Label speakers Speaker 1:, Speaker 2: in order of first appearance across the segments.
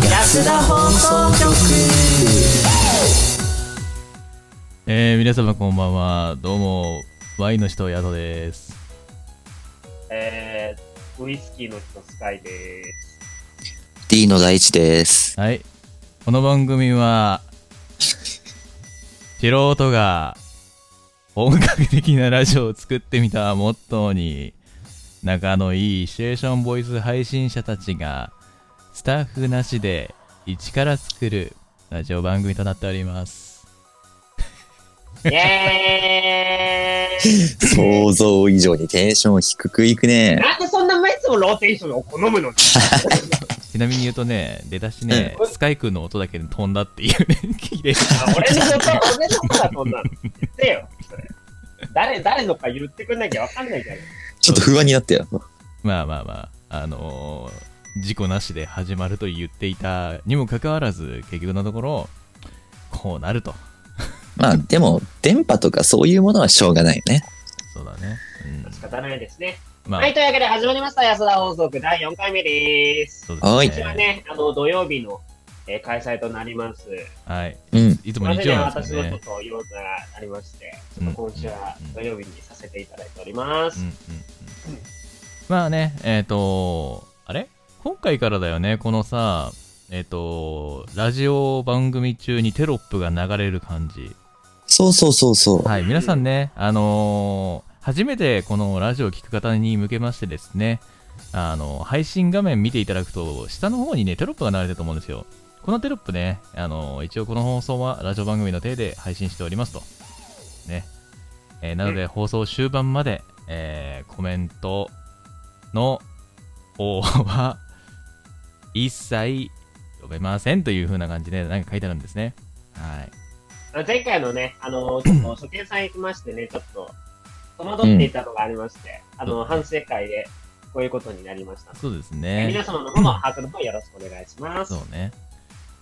Speaker 1: 増田放送局
Speaker 2: えー、皆様こんばんは。どうも、ワインの人、ヤドです。
Speaker 3: えー、ウイスキーの人スカイです。
Speaker 4: D の大地です。
Speaker 2: はい。この番組は、素人が本格的なラジオを作ってみたモットーに、仲のいいシチュエーションボイス配信者たちが、スタッフなしで一から作るラジオ番組となっております。
Speaker 3: イエーイ
Speaker 4: 想像以上にテンション低くいくね。
Speaker 3: なんでそんな毎いつもローテーションを好むのに
Speaker 2: ちなみに言うとね、出だしね、スカイ君の音だけで飛んだっていうね、綺麗
Speaker 3: あ俺のこと、俺のことはそんなの。言ってよ、それ。誰、誰のか言ってくんなきゃわかんないじゃん。
Speaker 4: ちょっと不安になったよ。
Speaker 2: まあまあまあ、あのー事故なしで始まると言っていたにもかかわらず、結局のところ、こうなると。
Speaker 4: まあでも、電波とかそういうものはしょうがないよね。
Speaker 2: そうだね。
Speaker 3: 仕方ないですね。
Speaker 2: うん。まあ
Speaker 3: は、い、というわけで始まりました、安田放送局第4回目です。
Speaker 2: そう
Speaker 4: はい
Speaker 2: で
Speaker 3: こ
Speaker 2: す
Speaker 3: ちら
Speaker 2: ね。
Speaker 3: ね、あの、土曜日の、えー開催となります。
Speaker 2: はい。
Speaker 4: うん。
Speaker 2: いつも
Speaker 3: まず
Speaker 2: 日
Speaker 3: ね、
Speaker 2: 曜なんです
Speaker 3: 私
Speaker 2: けど
Speaker 3: の
Speaker 2: ね。
Speaker 3: ことを用がありまして、ちょっと今週は
Speaker 2: うんうんうん
Speaker 3: 土曜日にさせていただいております。
Speaker 2: うんうんうんまあね、えっ、と、あれ今回からだよね、このさ、えっ、と、ラジオ番組中にテロップが流れる感じ。
Speaker 4: そうそうそうそう。
Speaker 2: はい、皆さんね、あのー初めてこのラジオを聞く方に向けましてですね、あの配信画面見ていただくと、下の方にね、テロップが流れてると思うんですよ。このテロップね、あの一応この放送はラジオ番組の体で配信しておりますと。ね。えーなので、放送終盤まで、えーコメントの方は、一切読めませんという風な感じで、なんか書いてあるんですね。はい。
Speaker 3: 前回のね、あの、ちょっと初見さん行きましてね、ちょっと、戸惑っていたのがありまして、あの、反省会で、こういうことになりましたので。
Speaker 2: そうですね。
Speaker 3: 皆様の方の把握の方よろしくお願いします。
Speaker 2: そうね。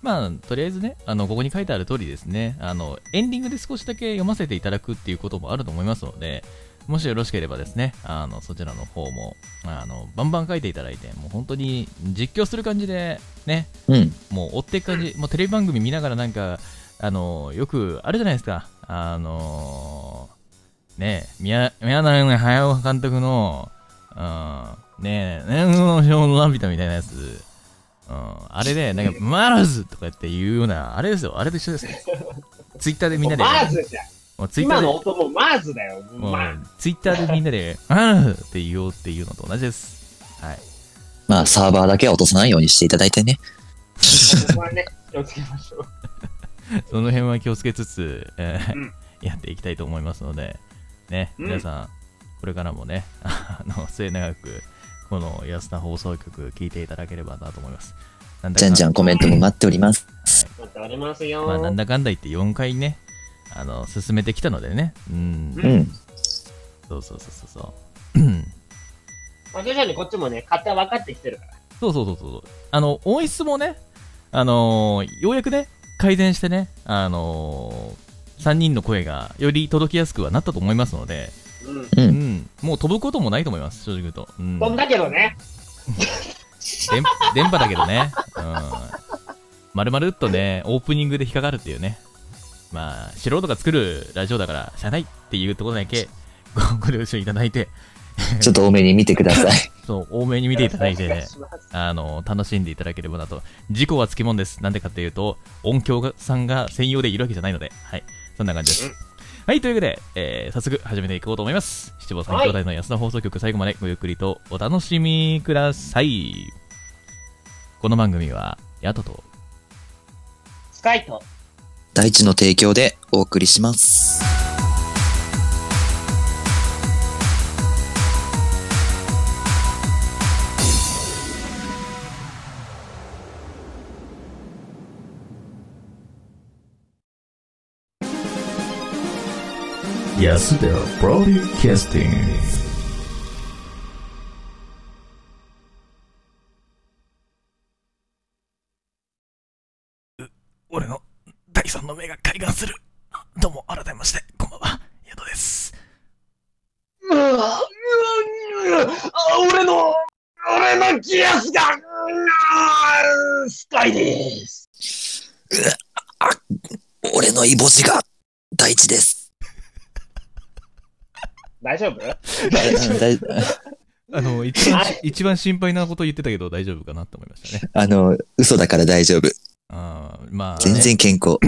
Speaker 2: まあ、とりあえずね、あの、ここに書いてある通りですね、あの、エンディングで少しだけ読ませていただくっていうこともあると思いますので、もしよろしければですね、あの、そちらの方も、あの、バンバン書いていただいて、もう本当に実況する感じで、ね、
Speaker 4: うん。
Speaker 2: もう追っていく感じ、もうテレビ番組見ながらなんか、あの、よく、あるじゃないですか、あの、ねえ、宮、宮永駿監督の、うん、ねえ、ねえ、うん、ショーの涙みたいなやつ、うん、あれで、なんか、マラズとかっていうような、あれですよ、あれと一緒ですね。ツイッターでみんなで、
Speaker 3: マーズじゃん
Speaker 2: もうツイッター
Speaker 3: 今
Speaker 2: で
Speaker 3: の、音もマーズだよ。
Speaker 2: も
Speaker 3: マー
Speaker 2: うツイッターでみんなで、うんって言おうっていうのと同じです。はい。
Speaker 4: まあサーバーだけは落とさないようにしていただいてね。
Speaker 3: ズ。ここはね、気をつけましょ う。
Speaker 2: その辺は気をつけつつ、えー
Speaker 3: うん
Speaker 2: やっていきたいと思いますので、ね、
Speaker 3: うん
Speaker 2: 皆さん、これからもね、 あの、末永く、この安田放送局、聞いていただければなと思います。なんだ
Speaker 4: じゃんじゃんコメントも待っております。
Speaker 3: 待っておりますよ。
Speaker 2: まあ、なんだかんだ言って4回ね、あの、進めてきたのでね、うん、
Speaker 3: う
Speaker 4: うん。
Speaker 2: そうそうそうそう そう。うん
Speaker 3: まあ徐々にこっちもね、勝手は分かってきてるから。
Speaker 2: そうそうそうそうそう。あの、音質もね、あのーようやくね、改善してね、あの3人の声がより届きやすくはなったと思いますので、
Speaker 3: うん。
Speaker 4: う。
Speaker 2: うんん、もう飛ぶこともないと思います、正直言うと。うん、
Speaker 3: 飛んだけどね。
Speaker 2: 電電波だけどね、うん、まるまるっとね、オープニングで引っかかるっていうね、まあ、素人が作るラジオだから、しゃあないっていうところだけ、ごご了承いただいて、
Speaker 4: ちょっと多めに見てくださ い。
Speaker 2: そう、多めに見ていただいて
Speaker 3: よろ
Speaker 2: ね
Speaker 3: し、くお願いします
Speaker 2: あの、楽しんでいただければなと。事故はつきもんです。なんでかっていうと、音響がさんが専用でいるわけじゃないので、はい。そんな感じです。はい、というわけで、えー、早速始めていこうと思います。七五三兄弟の安田放送局、最後までごゆっくりとお楽しみください。この番組は、ヤトと、
Speaker 3: スカイと。
Speaker 4: 大地の提供でお送りします。
Speaker 5: 安田プロデューキャスティング
Speaker 2: 俺の第三の目が開眼する。どうも、改めまして、こんばんは、ヤトです。
Speaker 3: うわ、うわ、うわ、あ、俺の、俺のギアスが、うわンスカイです。
Speaker 4: 俺のイボジが大地です。
Speaker 3: 大丈夫
Speaker 4: 大大
Speaker 2: あの、一番
Speaker 3: は、
Speaker 2: 一番心配なこと言ってたけど大丈夫かなと思いましたね。
Speaker 4: あの、嘘だから大丈夫。
Speaker 2: あーまあ、
Speaker 4: 全然健康。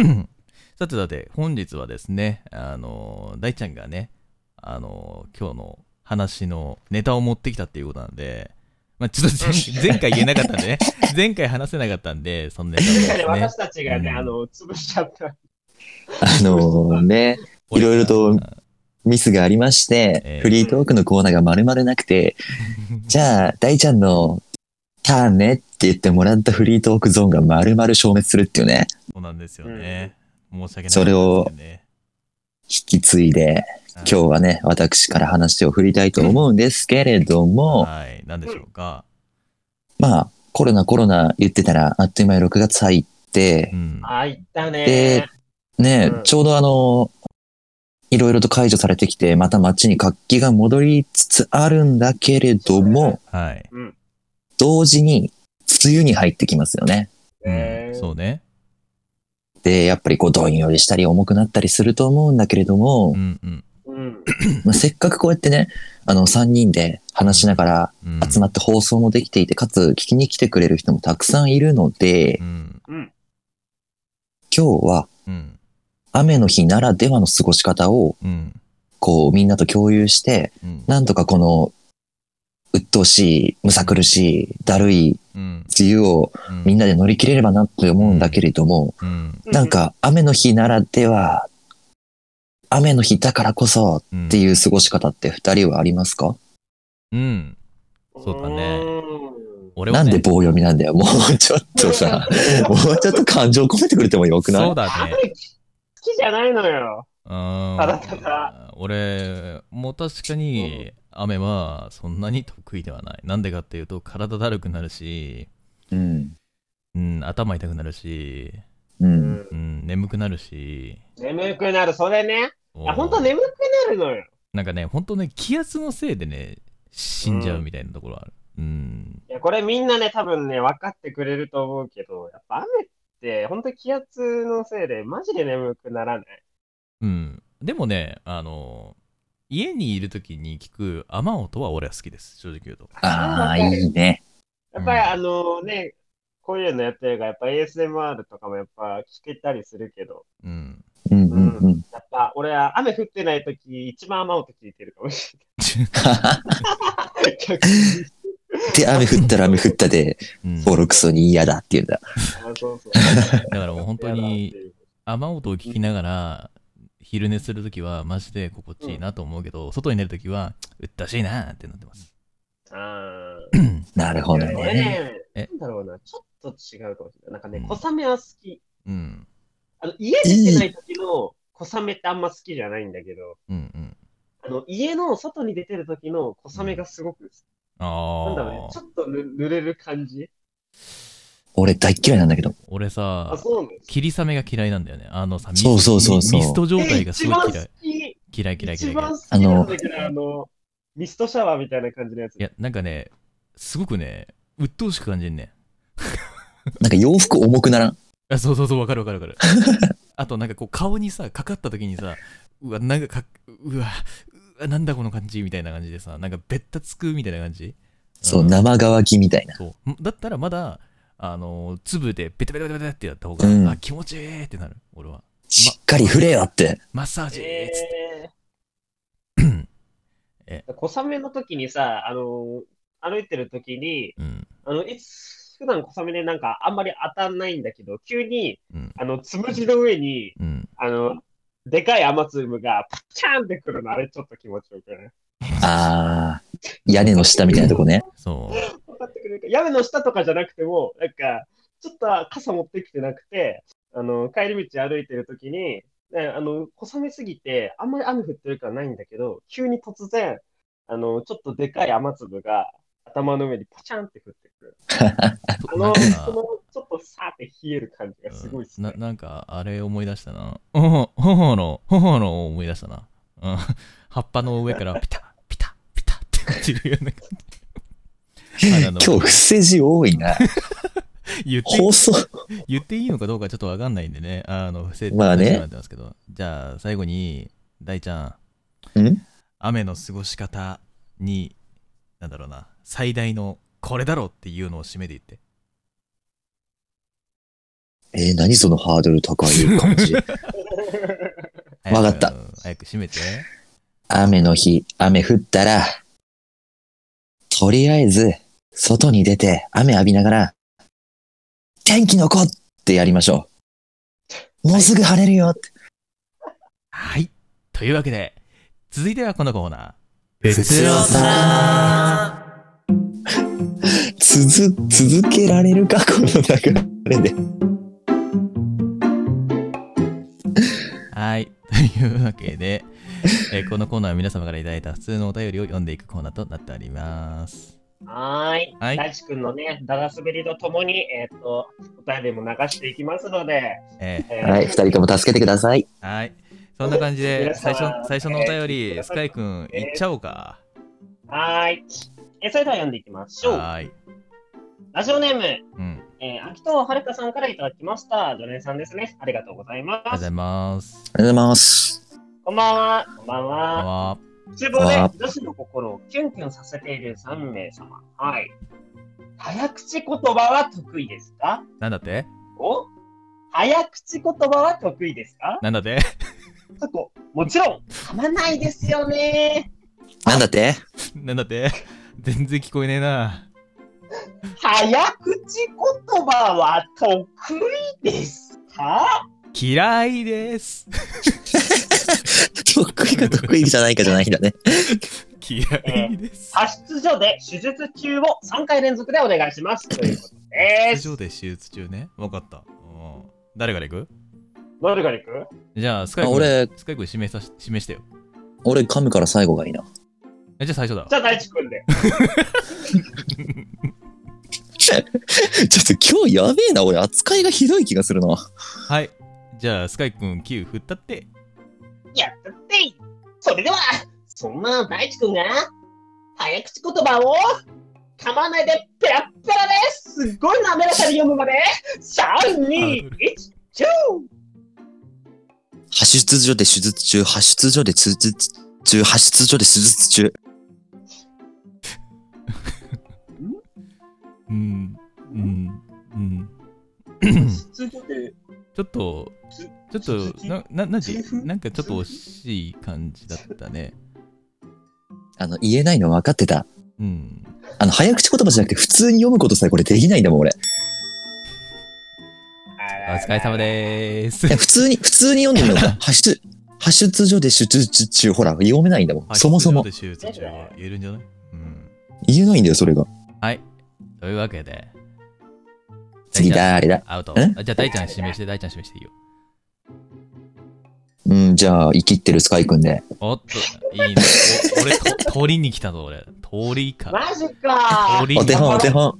Speaker 2: さてさて、本日はですね、あの、大ちゃんがね、あの、今日の話のネタを持ってきたっていうことなんで、まあ、ちょっと前前回言えなかったんで ね、前回話せなかったんで、そのネタを
Speaker 3: 確かに
Speaker 2: で
Speaker 3: 私
Speaker 2: すね、
Speaker 3: たちがね、
Speaker 2: うん
Speaker 3: あの、潰しちゃった。
Speaker 4: あのね、いろいろとミスがありまし
Speaker 2: ええ
Speaker 4: て、フリートークのコーナーが丸々なくて、じゃあ、大ちゃんのターンねって言ってもらったフリートークゾーンが丸々消滅するっていうね、
Speaker 2: そうなんですよね。申し訳ない、
Speaker 4: それを、
Speaker 2: ね、
Speaker 4: 引き継いで、今日はね、私から話を振りたいと思うんですけれども、
Speaker 2: はい、なんでしょうか。
Speaker 4: まあ、コロナコロナ言ってたら、あっという間に6月入って
Speaker 2: う、ん。
Speaker 3: あ、行ったね
Speaker 4: で。ね
Speaker 3: うん、
Speaker 4: ちょうどあの、いろいろと解除されてきて、また街に活気が戻りつつあるんだけれども、
Speaker 2: はい。
Speaker 4: 同時に、梅雨に入ってきますよね。
Speaker 2: うん
Speaker 3: えー
Speaker 2: そうね。
Speaker 4: で、やっぱりこう、どんよりしたり重くなったりすると思うんだけれども
Speaker 2: う、んうん。
Speaker 3: うん。
Speaker 4: まあ、せっかくこうやってね、あの、3人で話しながら
Speaker 2: うん、
Speaker 4: 集まって放送もできていて、かつ聞きに来てくれる人もたくさんいるので
Speaker 2: う、ん。
Speaker 4: 今日は
Speaker 2: うん。
Speaker 4: 雨の日ならではの過ごし方を、
Speaker 2: うん。
Speaker 4: こう、みんなと共有して、
Speaker 2: うん。
Speaker 4: なんとかこの、鬱陶しい、むさ苦しい、だるい
Speaker 2: うん。
Speaker 4: 梅雨を
Speaker 2: うん
Speaker 4: みんなで乗り切れればなって思うんだけれども、
Speaker 2: うん。
Speaker 4: なんか雨の日ならでは、雨の日だからこそ
Speaker 2: うん。
Speaker 4: っていう過ごし方って二人はありますか
Speaker 2: うん。
Speaker 3: うん、
Speaker 2: そうだね
Speaker 3: うん
Speaker 2: 俺
Speaker 4: な
Speaker 2: は
Speaker 4: ん
Speaker 2: ね、
Speaker 4: で棒読みなんだよ。もう ちょっとさ、もうちょっと感情込めてくれてもよくない
Speaker 2: そうだね
Speaker 3: 雨。好きじゃないのよ。
Speaker 2: うーん
Speaker 3: ただただ
Speaker 2: 俺も確かに雨はそんなに得意ではないなんでかっていうと体だるくなるし、
Speaker 4: うん。
Speaker 2: うん、頭痛くなるし、
Speaker 4: う。
Speaker 3: うんん
Speaker 2: うん、眠くなるし
Speaker 3: 眠くなる、それね。あ、本当眠くなるのよ。
Speaker 2: なんかね本当ね気圧のせいでね死んじゃうみたいなところはあるうん、
Speaker 3: いや、これみんなね、多分ね、分かってくれると思うけど、やっぱ雨って、本当気圧のせいで、マジで眠くならない。
Speaker 2: うん、でもねあの家にいる時に聞く雨音は俺は好きです正直言うと
Speaker 4: ああ、
Speaker 3: わかる
Speaker 4: いいね。
Speaker 3: やっぱり、
Speaker 2: うん
Speaker 3: あのね、こういうのやってるから、やっぱ ASMR とかもやっぱ聞けたりするけど、
Speaker 2: うん
Speaker 4: うんうん
Speaker 3: う
Speaker 4: うん。
Speaker 3: やっぱ俺は雨降ってない時、一番雨音聞いてるかもしれない。逆に
Speaker 4: で、雨降ったら雨降ったで、
Speaker 2: うん、
Speaker 4: ボロクソに嫌だって言うんだ。
Speaker 3: あそうそ う。
Speaker 2: だからもう本当に雨音を聞きながら昼寝するときはマジで心地いいなと思うけど、外に寝るときはうっとうしいなってなってます。
Speaker 3: あ
Speaker 4: なる
Speaker 3: あ。
Speaker 4: ほど
Speaker 3: こ
Speaker 4: ね。
Speaker 3: れ
Speaker 2: え
Speaker 3: ね、なんだろうな、ちょっと違うかもしれない。なんか
Speaker 2: う
Speaker 3: ね
Speaker 2: ん、
Speaker 3: 小雨は好き。
Speaker 2: うん。
Speaker 3: あの家出てない時の小雨ってあんま好きじゃないんだけど、
Speaker 2: うんうん。
Speaker 3: あの家の外に出てる時の小雨がすごく好き、なんだろうね
Speaker 2: あ、
Speaker 3: ち
Speaker 2: あ
Speaker 3: ょ。っとぬ濡れる感じ。
Speaker 4: 俺大っ嫌いなんだけど。
Speaker 2: 俺
Speaker 3: あ、
Speaker 2: さ、
Speaker 3: そうなんです。
Speaker 2: 霧雨が嫌いなんだよね。あのさ、ミス
Speaker 4: そうそうそうそう
Speaker 2: ミミスト状態がす
Speaker 3: 一
Speaker 2: ご
Speaker 3: 番
Speaker 2: い
Speaker 3: 好
Speaker 2: 嫌い。
Speaker 3: き、
Speaker 2: 嫌い嫌い嫌
Speaker 3: 一
Speaker 2: い嫌い
Speaker 3: 番。好きなんだけど、あの、ミストシャワーみたいな感じのやつ。
Speaker 2: いや、なんかね、すごくね、鬱陶しく感じんね。
Speaker 4: なんか洋服重くならん。
Speaker 2: あそうそうそう、わかるわか るわかる。あとなんかこう顔にさ、かかった時にさ、うわ、なんかか、うわ、うわ、なんだこの感じみたいな感じでさ、なんかべったつくみたいな感じ。
Speaker 4: そう、
Speaker 2: ん
Speaker 4: 生乾きみたいな。
Speaker 2: そうだったらまだあの粒でベタベタベタベタってやった方が、
Speaker 4: うん
Speaker 2: あ気持ちいいってなる俺は
Speaker 4: しっかり触れよって。
Speaker 2: マッサージっつって、
Speaker 3: え
Speaker 2: うんえ
Speaker 3: ー、小雨の時にさ、あの、歩いてる時に、
Speaker 2: うん
Speaker 3: あの、いつ、普段小雨でなんかあんまり当たんないんだけど、急に、
Speaker 2: うん
Speaker 3: あの、つむじの上に、
Speaker 2: うん
Speaker 3: あの、でかい雨粒がパッチャンってくるの、あれちょっと気持ちよくない
Speaker 4: ああ、屋根の下みたいなとこね。
Speaker 2: そう
Speaker 3: 分かってくれるか屋根の下とかじゃなくても、なんか、ちょっと傘持ってきてなくて、あの、帰り道歩いてる時に、ね、あの、小雨すぎて、あんまり雨降ってるからないんだけど、急に突然、あの、ちょっとでかい雨粒が頭の上にパチャンって降ってくる。あ
Speaker 2: そうな
Speaker 3: の、
Speaker 2: ん
Speaker 3: そ
Speaker 2: か
Speaker 3: の、ちょっとさーって冷える感じがすごいっす
Speaker 2: な
Speaker 3: ね。
Speaker 2: なんかあれ思い出したなほほほのほほのを思い出したな、うん、葉っぱの上 からピタピタピタって落ちるような感じあの
Speaker 4: 今日、伏せ字多いな。
Speaker 2: 言っていい
Speaker 4: 放送、
Speaker 2: 言っていいのかどうかちょっとわかんないんでね、あの、不正
Speaker 4: まあね
Speaker 2: になってますけど。じゃあ、最後に、大ちゃん。
Speaker 4: ん
Speaker 2: 雨の過ごし方に、なんだろうな、最大のこれだろうっていうのを締めていって。
Speaker 4: えー何そのハードル高い感じ。わかった
Speaker 2: 早く。早く締めて。
Speaker 4: 雨の日、雨降ったら、とりあえず、外に出て、雨浴びながら、天気の子ってやりましょう。もうすぐ晴れるよって。
Speaker 2: はい。というわけで、続いてはこのコーナー。
Speaker 5: 別
Speaker 2: お
Speaker 4: さ続、続けられるか、 この流れで。
Speaker 2: はい。というわけで、 えーこのコーナーは皆様からいただいた普通のお便りを読んでいくコーナーとなっております。
Speaker 3: はーい。
Speaker 2: はい
Speaker 3: 大地君のね、ダダ滑りとともに、えーっと、お便りも流していきますので、
Speaker 2: え
Speaker 3: えー
Speaker 4: はい、二人とも助けてください。
Speaker 2: ーはい。そんな感じで、
Speaker 3: 皆
Speaker 2: 最
Speaker 3: 様
Speaker 2: 初最初のお便
Speaker 3: え
Speaker 2: り、
Speaker 3: ー
Speaker 2: スカイくん、いっちゃおうか。
Speaker 3: はーい。えーそれでは読んでいきましょう。
Speaker 2: はーい。
Speaker 3: ラジオネーム、
Speaker 2: うん。
Speaker 3: えー、秋藤遥さんからいただきました。常連さんですね。ありがとうございま
Speaker 2: ありがとうござ
Speaker 3: す
Speaker 2: い。ます。
Speaker 4: ありがとうございます。
Speaker 3: こんばんは。こんばん
Speaker 2: こんばん
Speaker 3: は。
Speaker 2: は。
Speaker 3: 厨房で
Speaker 4: あ
Speaker 3: 女子の心をキュンキュンさせている3名様。はい。早口言葉は得意ですか
Speaker 2: なんだって
Speaker 3: お早口言葉は得意ですか
Speaker 2: なんだって
Speaker 3: 過去、もちろん、噛まないですよね。
Speaker 4: なんだって
Speaker 2: なんだって全然聞こえねえな。
Speaker 3: 早口言葉は得意ですか
Speaker 2: 嫌いです。
Speaker 4: 得意か得意じゃないかじゃないんだね。
Speaker 2: 嫌いです。
Speaker 3: 派出所で手術中を3回連続でお願いします。ということで
Speaker 2: 出
Speaker 3: す
Speaker 2: 場。で手術中ね。わかった。うん誰から行く
Speaker 3: 誰が行く
Speaker 2: じゃあ、スカイ
Speaker 4: あ
Speaker 2: 君、
Speaker 4: 俺
Speaker 2: スカイ君指名さし示してよ。
Speaker 4: 俺噛むから最後がいいな。
Speaker 2: えじゃあ最初だわ
Speaker 3: じ。ゃあ大地君で。
Speaker 4: ちょっと今日やべえな、俺扱いがひどい気がするな。
Speaker 2: はい。じゃあ、スカイ君、9振ったって。
Speaker 3: やったっていそれでは、そんな大地君が、早口言葉を、噛まないでペラッペラですすごい滑らかに読むまで !3、2、1、チュ
Speaker 4: 派出所で手術中、派出所で手術中、派出所で手術中。
Speaker 2: うん。うん。うん。
Speaker 3: ー続いて、
Speaker 2: ちょっと、ちょっと、な、な、なんて、なんかちょっと惜しい感じだったね。
Speaker 4: あの、言えないの分かってた。
Speaker 2: うん。
Speaker 4: あの、早口言葉じゃなくて普通に読むことさえこれできないんだも ん、俺。
Speaker 2: お疲れ様でーす
Speaker 4: いや。普通に、普通に読んでみようか。派出、派出所で手術中、ほら、読めないんだもん。そもそも
Speaker 2: 手。術中は言えるんじゃないうん。
Speaker 4: 言えないんだよ、それが。
Speaker 2: はい。というわけで、
Speaker 4: 次誰だ
Speaker 2: アウト。
Speaker 4: え
Speaker 2: あじゃあ、大ちゃん指名して、大ちゃん指名していいよ。
Speaker 4: うん、じゃあ、生きってるスカイくんで。
Speaker 2: おっと、いいね。お俺、と取りに来たぞ、俺。鳥か。
Speaker 3: マジか
Speaker 2: 鳥
Speaker 4: お手本、お手本。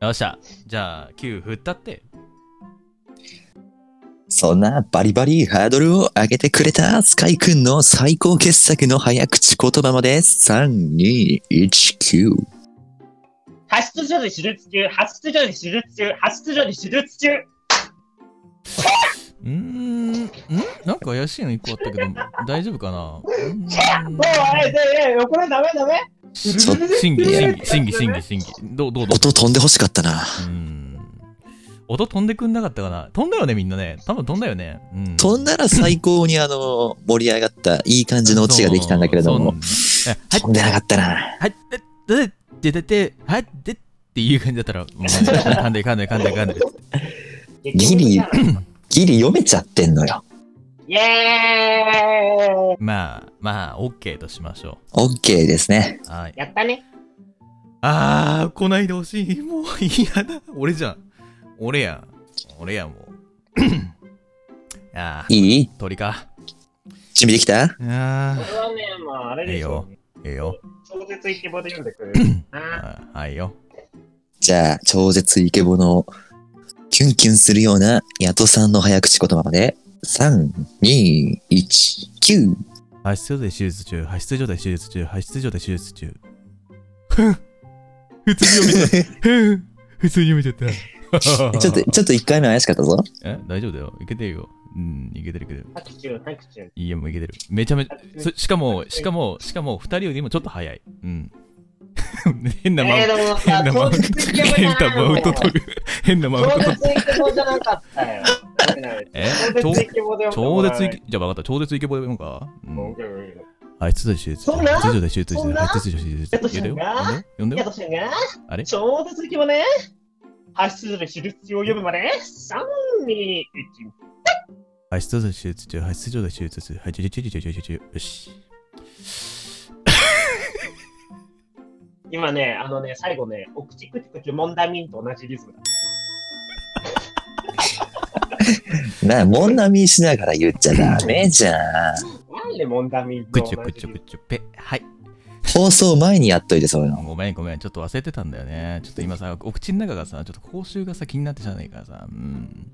Speaker 2: よっしゃ。じゃあ、9振ったって。
Speaker 4: そんなバリバリハードルを上げてくれたスカイくんの最高傑作の早口言葉まで3219。
Speaker 3: 発出所で手術中、発出所で手術中、発出所で手術中
Speaker 2: うーん、んなんか怪しいの一個あったけど、大丈夫かなうーん
Speaker 3: もうあれ、え、え、これダメダメ
Speaker 4: ちょっと
Speaker 2: 審議、審議、審議、審議、審議。どう、どう、どう。
Speaker 4: 音飛んで欲しかったな。
Speaker 2: うーん。音飛んでくんなかったかな飛んだよね、みんなね。多分飛んだよね。うん、
Speaker 4: 飛んだら最高にあの、盛り上がった、いい感じのオチができたんだけれども、
Speaker 2: そう。そう
Speaker 4: 飛んでなかったな。
Speaker 2: はい、はい、で、で、で、で、はい、で、っていう感じだった ら、もう、噛んで、噛んで、噛んで、噛んで。
Speaker 4: ギリギリ読めちゃってんのよ。
Speaker 3: イエーイ
Speaker 2: まあ、まあ、OK としましょ
Speaker 4: OK ですね。
Speaker 2: う。はい。
Speaker 3: やったね。
Speaker 2: あー、来ないでほしい。もう嫌だ。俺じゃん。俺やん。俺やん、も う。あー、
Speaker 4: いい
Speaker 2: 鳥か。
Speaker 4: 準備できた
Speaker 2: あ
Speaker 3: これはね、まあ、あれでしょうね。
Speaker 2: ー、ええよ。
Speaker 3: 超絶イケボで読んでくれ る。あ
Speaker 2: あーはいよ。
Speaker 4: じゃあ、超絶イケボの、キュンキュンするような、ヤトさんの早口言葉まで、3219。
Speaker 2: 発出所で手術中、発出所で手術中、発出所で手術中。ふん。普通に読めちゃった。ふん。普通に読めちゃった。
Speaker 4: ちょっと、ちょっと1回目怪しかったぞ。
Speaker 2: え大丈夫だよ。いけてるよ。うん、いけてるいけてる。
Speaker 3: 拍手、拍手。
Speaker 2: いや、もういけてる。めちゃめちゃ、そしかも、しかも、しかも、二人よりもちょっと早い。 うん。変なマウ
Speaker 3: え
Speaker 2: ン
Speaker 3: ー、
Speaker 2: ト。
Speaker 3: でも
Speaker 2: 変
Speaker 3: さ、
Speaker 2: なマウ
Speaker 3: 当
Speaker 2: ント
Speaker 3: 日行け
Speaker 2: 変なマウント
Speaker 3: 取
Speaker 2: 取る。変なマウン
Speaker 3: 超
Speaker 2: ト取る。
Speaker 3: 絶イケボじゃなかったよ。
Speaker 2: え
Speaker 3: 超絶イケボで
Speaker 2: 超絶いけ、じゃあ分かった。超絶いけぼでもか。うん。あいつだ手術。
Speaker 3: そんな
Speaker 2: あいつだ手術。
Speaker 3: そんな
Speaker 2: あいつだ手術。呼んだよ。呼んだ
Speaker 3: ヤ
Speaker 2: よ。
Speaker 3: トシンが
Speaker 2: あれ
Speaker 3: 超絶イケボね。発出する手術を呼ぶまで、3、2、1。
Speaker 2: あいつだ手術中。あいつだ手術中。はい、ちょちょちょちょちょちょちょ。よし。
Speaker 3: 今ね、あのね、最後ね、お口くちくちモンダミンと同じリズムだ。
Speaker 4: な、もんなみしながら言っちゃダメじゃん。
Speaker 3: なんでモンダミンと
Speaker 2: く
Speaker 3: 同じ
Speaker 2: ち
Speaker 3: リ
Speaker 2: ょく
Speaker 3: ズ
Speaker 2: ちょ
Speaker 3: ム
Speaker 2: くちょ。ぺ。はい。
Speaker 4: 放送前にやっといて、そういうの。
Speaker 2: ごめんごめん。ちょっと忘れてたんだよね。ちょっと今さ、お口の中がさ、ちょっと口臭がさ、気になってじゃないからさ。うん。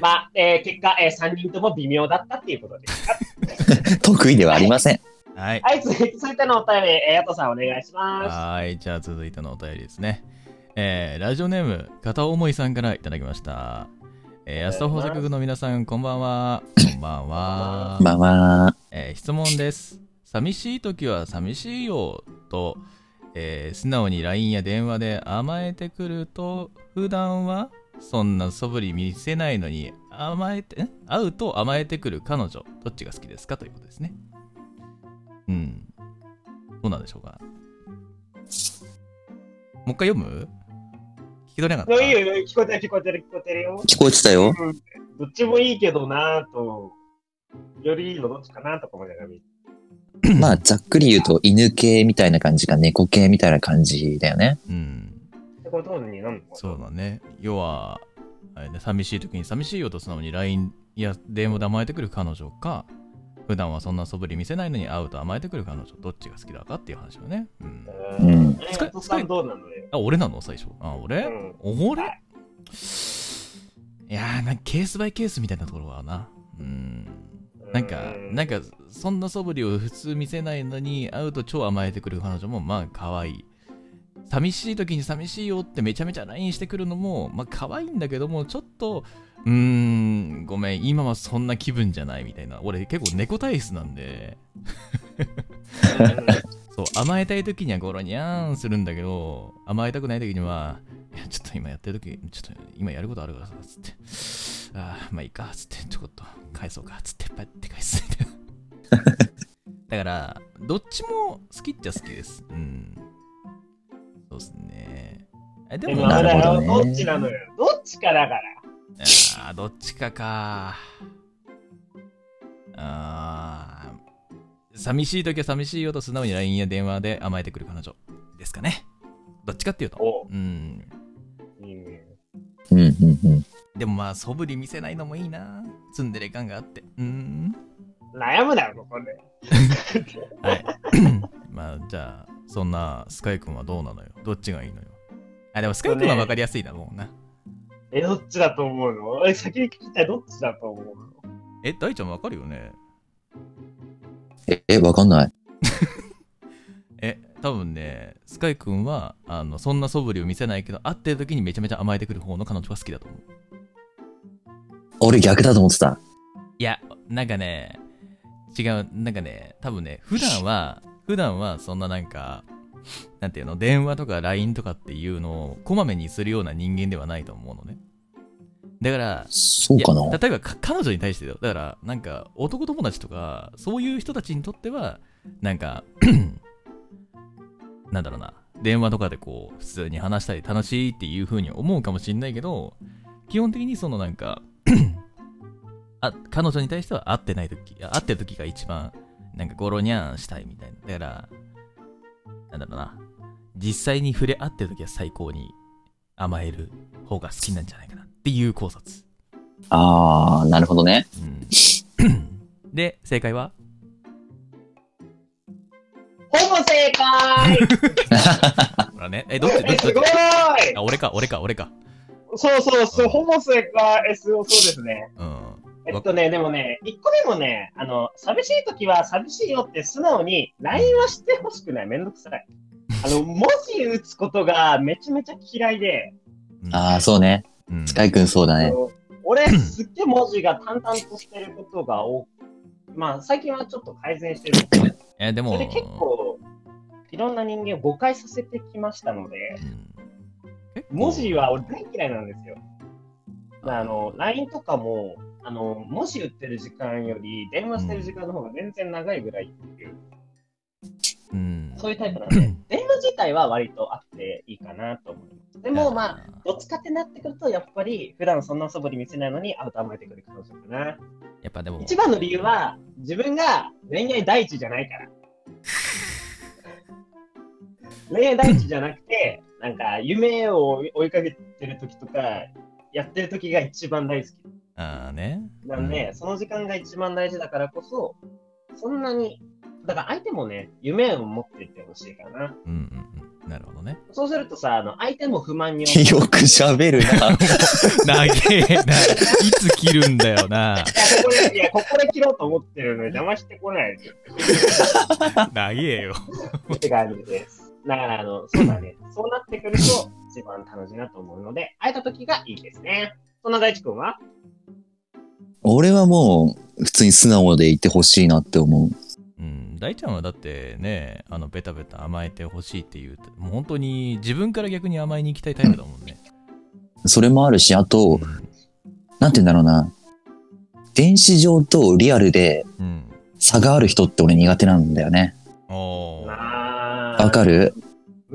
Speaker 3: まあ、えー結果、え3人とも微妙だったっていうことで。
Speaker 4: 得意ではありません。
Speaker 2: はい。
Speaker 3: はい、続いてのお便り、えー、ヤトさんお願いします。
Speaker 2: はい。じゃあ続いてのお便りですね。えー、ラジオネーム、片思いさんからいただきました。えー、安田豊作部の皆さん、こんばんは。こんばんは。
Speaker 4: まあまあ、
Speaker 2: えー質問です。寂しい時は寂しいよと、えー素直に LINE や電話で甘えてくると、普段はそんな素振り見せないのに甘えて、ん会うと甘えてくる彼女、どっちが好きですかということですね。うん。どうなんでしょうか。もう一回読む聞き取れなか
Speaker 3: い
Speaker 2: っ
Speaker 3: やい
Speaker 2: た。
Speaker 3: いよ、いいよ聞こえてる、聞こえてる、聞こえてるよ。
Speaker 4: 聞こえてたよ。
Speaker 3: どっちもいいけどなぁと、よりいいのどっちかなとか思いながら見て
Speaker 4: まあ、ざっくり言うと、犬系みたいな感じか、猫系みたいな感じだよね。
Speaker 2: うん。
Speaker 3: でこれどうになんの
Speaker 2: そうだね。要は、あれね、寂しい時に寂しいよと素直に LINE や電話で甘えてくる彼女か、普段はそんな素振り見せないのに会うと甘えてくる彼女、どっちが好きだかっていう話よね。うん。
Speaker 3: う
Speaker 4: うんん。
Speaker 3: え、お父さんどうなのよ。
Speaker 2: あ、俺なの最初。あ、俺、
Speaker 3: うん
Speaker 2: 俺いやー、なんかケースバイケースみたいなところはな。うん。なんか、なんか、そんな素振りを普通見せないのに、会うと超甘えてくる彼女も、まあ、可愛い。寂しい時に寂しいよってめちゃめちゃ LINE してくるのも、まあ、可愛いんだけども、ちょっと、うーん、ごめん、今はそんな気分じゃないみたいな。俺、結構猫体質なんで、そう、甘えたい時にはゴロニャーンするんだけど、甘えたくない時には、いや、ちょっと今やってる時、ちょっと今やることあるからさ、つって、ああ、まあいいか、つって、ちょこっと返そうか、つって、パッて返す。だから、どっちも好きっちゃ好きです。うん。そうですね。え、で
Speaker 3: で
Speaker 2: も、
Speaker 3: も
Speaker 2: あ
Speaker 3: あれだ
Speaker 4: なるほ
Speaker 3: よ、
Speaker 4: どね
Speaker 3: どっちなのよ。どっちかだから。
Speaker 2: ーどっちかか。あー寂しい時は寂しいよと素直に LINE や電話で甘えてくる彼女ですかね。どっちかっていうと。
Speaker 3: お
Speaker 2: うん。
Speaker 3: いいね。
Speaker 4: うんうんうん。
Speaker 2: でもまあ、素振り見せないのもいいな。ツンデレ感があって。うん。
Speaker 3: 悩むなよ、ここで。
Speaker 2: はい。まあ、じゃあ、そんなスカイ君はどうなのよどっちがいいのよあ、でもスカイ君は分かりやすいだもんな。
Speaker 3: え、どっちだと思うのえ、先に聞きたい、どっちだと思うの
Speaker 2: え、大ちゃん分かるよね
Speaker 4: え、えわかんない。
Speaker 2: え、多分ね、スカイ君は、あの、そんな素振りを見せないけど、会ってる時にめちゃめちゃ甘えてくる方の彼女が好きだと思う。
Speaker 4: 俺逆だと思ってた。
Speaker 2: いや、なんかね、違う、なんかね、多分ね、普段は、普段はそんななんか、なんていうの、電話とか LINE とかっていうのをこまめにするような人間ではないと思うのね。だから、
Speaker 4: そうか
Speaker 2: い
Speaker 4: な
Speaker 2: や例えばか彼女に対してだよだからなんか男友達とかそういう人たちにとってはなんか なんだろうな電話とかでこう普通に話したり楽しいっていう風に思うかもしれないけど基本的にそのなんか あ彼女に対しては会ってない時あ会ってる時が一番なんかゴロニャンしたいみたいなだからなんだろうな実際に触れ合ってる時は最高に甘える方が好きなんじゃないかなっていう考察
Speaker 4: あー、なるほどね。
Speaker 2: うんで、正解は
Speaker 3: ほぼ正解
Speaker 2: ほらね。え、 どっちどっち
Speaker 3: え、
Speaker 2: ど
Speaker 3: す
Speaker 2: っち
Speaker 3: ごい
Speaker 2: あ、俺か、俺か、俺か。
Speaker 3: そうそうそう、ほぼ正解。え、すごそうですね。
Speaker 2: うん。
Speaker 3: えっとね、でもね、一個でもね、あの、寂しい時は寂しいよって素直に LINE はしてほしくない。めんどくさい。あの、文字打つことがめちゃめちゃ嫌いで、
Speaker 2: うん
Speaker 4: ああ、そうね。
Speaker 2: うん
Speaker 4: スカイくんそうだ
Speaker 3: あ
Speaker 4: ね。
Speaker 3: の俺、すっげえ文字が淡々としてることが多く、まあ、最近はちょっと改善してるんですけど
Speaker 2: えで
Speaker 3: そ
Speaker 2: も
Speaker 3: れで結構、いろんな人間を誤解させてきましたので、
Speaker 2: うん結構
Speaker 3: 文字は俺大嫌いなんですよ。まあ、あの、LINE とかも、あの、文字打ってる時間より、電話してる時間の方が全然長いぐらいっていう、
Speaker 2: うん
Speaker 3: そういうタイプなので、電話自体は割とあっていいかなと思います。でも、まあ、どっちかってなってくると、やっぱり、普段そんな素振り見せないのに、アウト甘えてくる彼女かな。
Speaker 2: やっぱでも
Speaker 3: 一番の理由は、自分が恋愛第一じゃない から。恋愛第一じゃなくて、なんか夢を追いかけてる時とか、やってる時が一番大好き。
Speaker 2: ああね
Speaker 3: なんで、その時間が一番大事だからこそ、そんなに、だから相手もね、夢を持っていってほしいかな。
Speaker 2: うんうんうんなるほどね
Speaker 3: そうするとさ、あの相手も不満に思う。
Speaker 4: よく喋る な。
Speaker 2: 長えないつ切るんだよない
Speaker 3: やここでいや、ここで切ろうと思ってるのに邪魔してこないで。
Speaker 2: 長えよ
Speaker 3: 手があるんです。だから、あの、そうだ ね。そうなってくると、一番楽しいなと思うので、会えた時がいいですね。そんな大地君は
Speaker 4: 俺はもう、普通に素直でいてほしいなって思う。
Speaker 2: うん、大ちゃんはだってねあのベタベタ甘えてほしいっていうもう本当に自分から逆に甘えに行きたいタイプだもんね、
Speaker 4: それもあるし、あ
Speaker 2: う
Speaker 4: と、なんて言うんだろうな。電子上とリアルで
Speaker 2: んうん、
Speaker 4: 差がある人って俺苦手なんだよね。
Speaker 2: おー
Speaker 3: あ
Speaker 4: わかる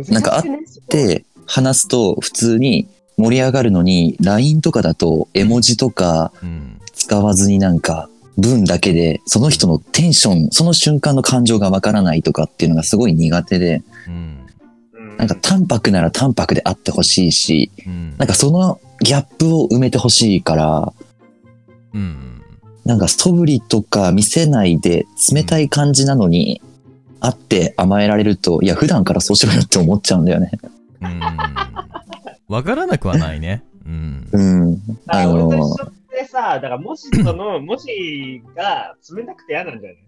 Speaker 4: なんかあっで、話すと普通に盛り上がるのに、LINE とかだと絵文字とか
Speaker 2: うん
Speaker 4: 使わずになんか、文だけで、その人のテンション、その瞬間の感情がわからないとかっていうのがすごい苦手で、
Speaker 2: うん
Speaker 3: な
Speaker 4: なんか淡白なら淡白であってほしいし、
Speaker 2: うん
Speaker 4: なんかそのギャップを埋めてほしいから、
Speaker 2: うんうん
Speaker 4: なんか素振りとか見せないで冷たい感じなのに、あって甘えられると、いや、普段からそうしろよって思っちゃうんだよね。
Speaker 2: うんわからなくはないねうん
Speaker 4: うん。
Speaker 3: だから俺と
Speaker 4: あの
Speaker 3: 一緒ってさ、だから文字と の文字が冷たくて嫌なんじゃない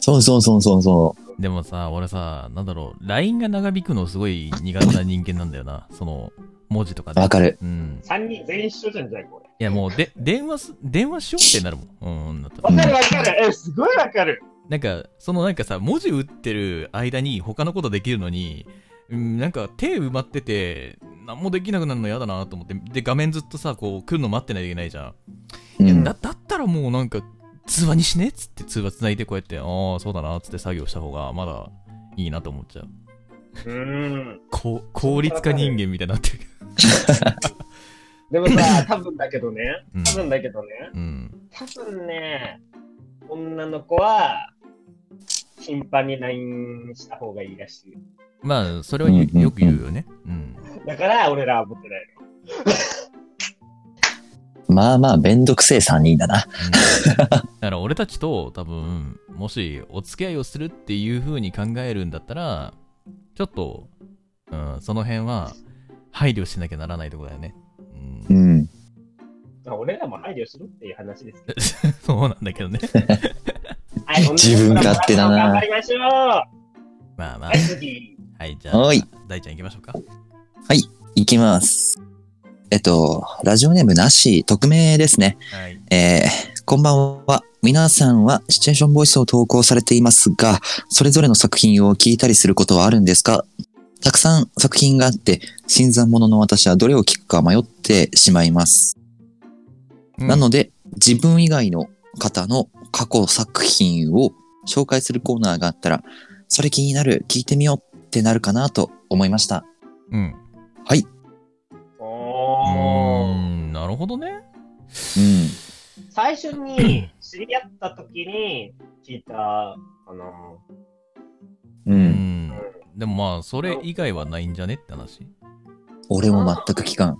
Speaker 4: そうそうそうそうそ
Speaker 2: でもさ俺さなんだろう LINE が長引くのすごい苦手な人間なんだよなその文字とか
Speaker 4: う。
Speaker 2: で
Speaker 4: わかる。
Speaker 2: うん、
Speaker 3: ?3 人全員一緒じゃんじゃん、これ。
Speaker 2: いやもうで電話す電話しようってなるもん、うん、だったら
Speaker 4: う
Speaker 3: わかるわかる。え、すごいわかる。
Speaker 2: なんか、そのなんかさ、文字打ってる間に他のことできるのに、うん、なんか手埋まってて、何もできなくなるの嫌だなと思って、で、画面ずっとさ、こう、来るの待ってないといけないじゃ。
Speaker 4: うん
Speaker 2: いや、
Speaker 4: ん。
Speaker 2: だだったらもうなんか、通話にしねっつって通話つないで、こうやって、ああ、そうだなっつって作業した方が、まだいいなと思っちゃう。
Speaker 3: うーん。
Speaker 2: こう効率化人間みたいになってる。
Speaker 3: でもさ、多分だけどね、
Speaker 2: うん
Speaker 3: 多分だけどね、
Speaker 2: うん。
Speaker 3: 多分ね、女の子は、頻繁に LINE した方がいいらしい。
Speaker 2: まあ、それはゆ
Speaker 4: うんうんうん
Speaker 2: よく言うよね。うん。
Speaker 3: だから、俺らは持ってない。
Speaker 4: まあまあ、めんどくせえ3人だな。
Speaker 2: だから俺たちと多分もしお付き合いをするっていう風に考えるんだったらちょっと、うん、その辺は配慮しなきゃならないとこだよね、う、
Speaker 4: うんん。
Speaker 3: まあ俺らも配慮するっていう話ですけど。
Speaker 2: そうなんだけどね
Speaker 3: はい
Speaker 4: 自分勝手だな
Speaker 3: 頑張りましょう。は
Speaker 2: まあまあ
Speaker 3: い、次。
Speaker 2: はいじゃあ
Speaker 4: はい。
Speaker 2: 大ちゃん行きましょうか
Speaker 4: いきます。えっと、ラジオネームなし、匿名ですね。
Speaker 2: はい
Speaker 4: えーこんばんは。皆さんはシチュエーションボイスを投稿されていますが、それぞれの作品を聞いたりすることはあるんですかたくさん作品があって、新参者の私はどれを聞くか迷ってしまいます。なので、自分以外の方の過去作品を紹介するコーナーがあったら、それ気になる、聞いてみようってなるかなと思いました。
Speaker 2: うんうー
Speaker 3: おー。
Speaker 2: んなるほどね
Speaker 4: うん。
Speaker 3: 最初に知り合った時に聞いたかな。
Speaker 4: う。
Speaker 2: うんんでもまあそれ以外はないんじゃねって話
Speaker 4: 俺も全く聞かん。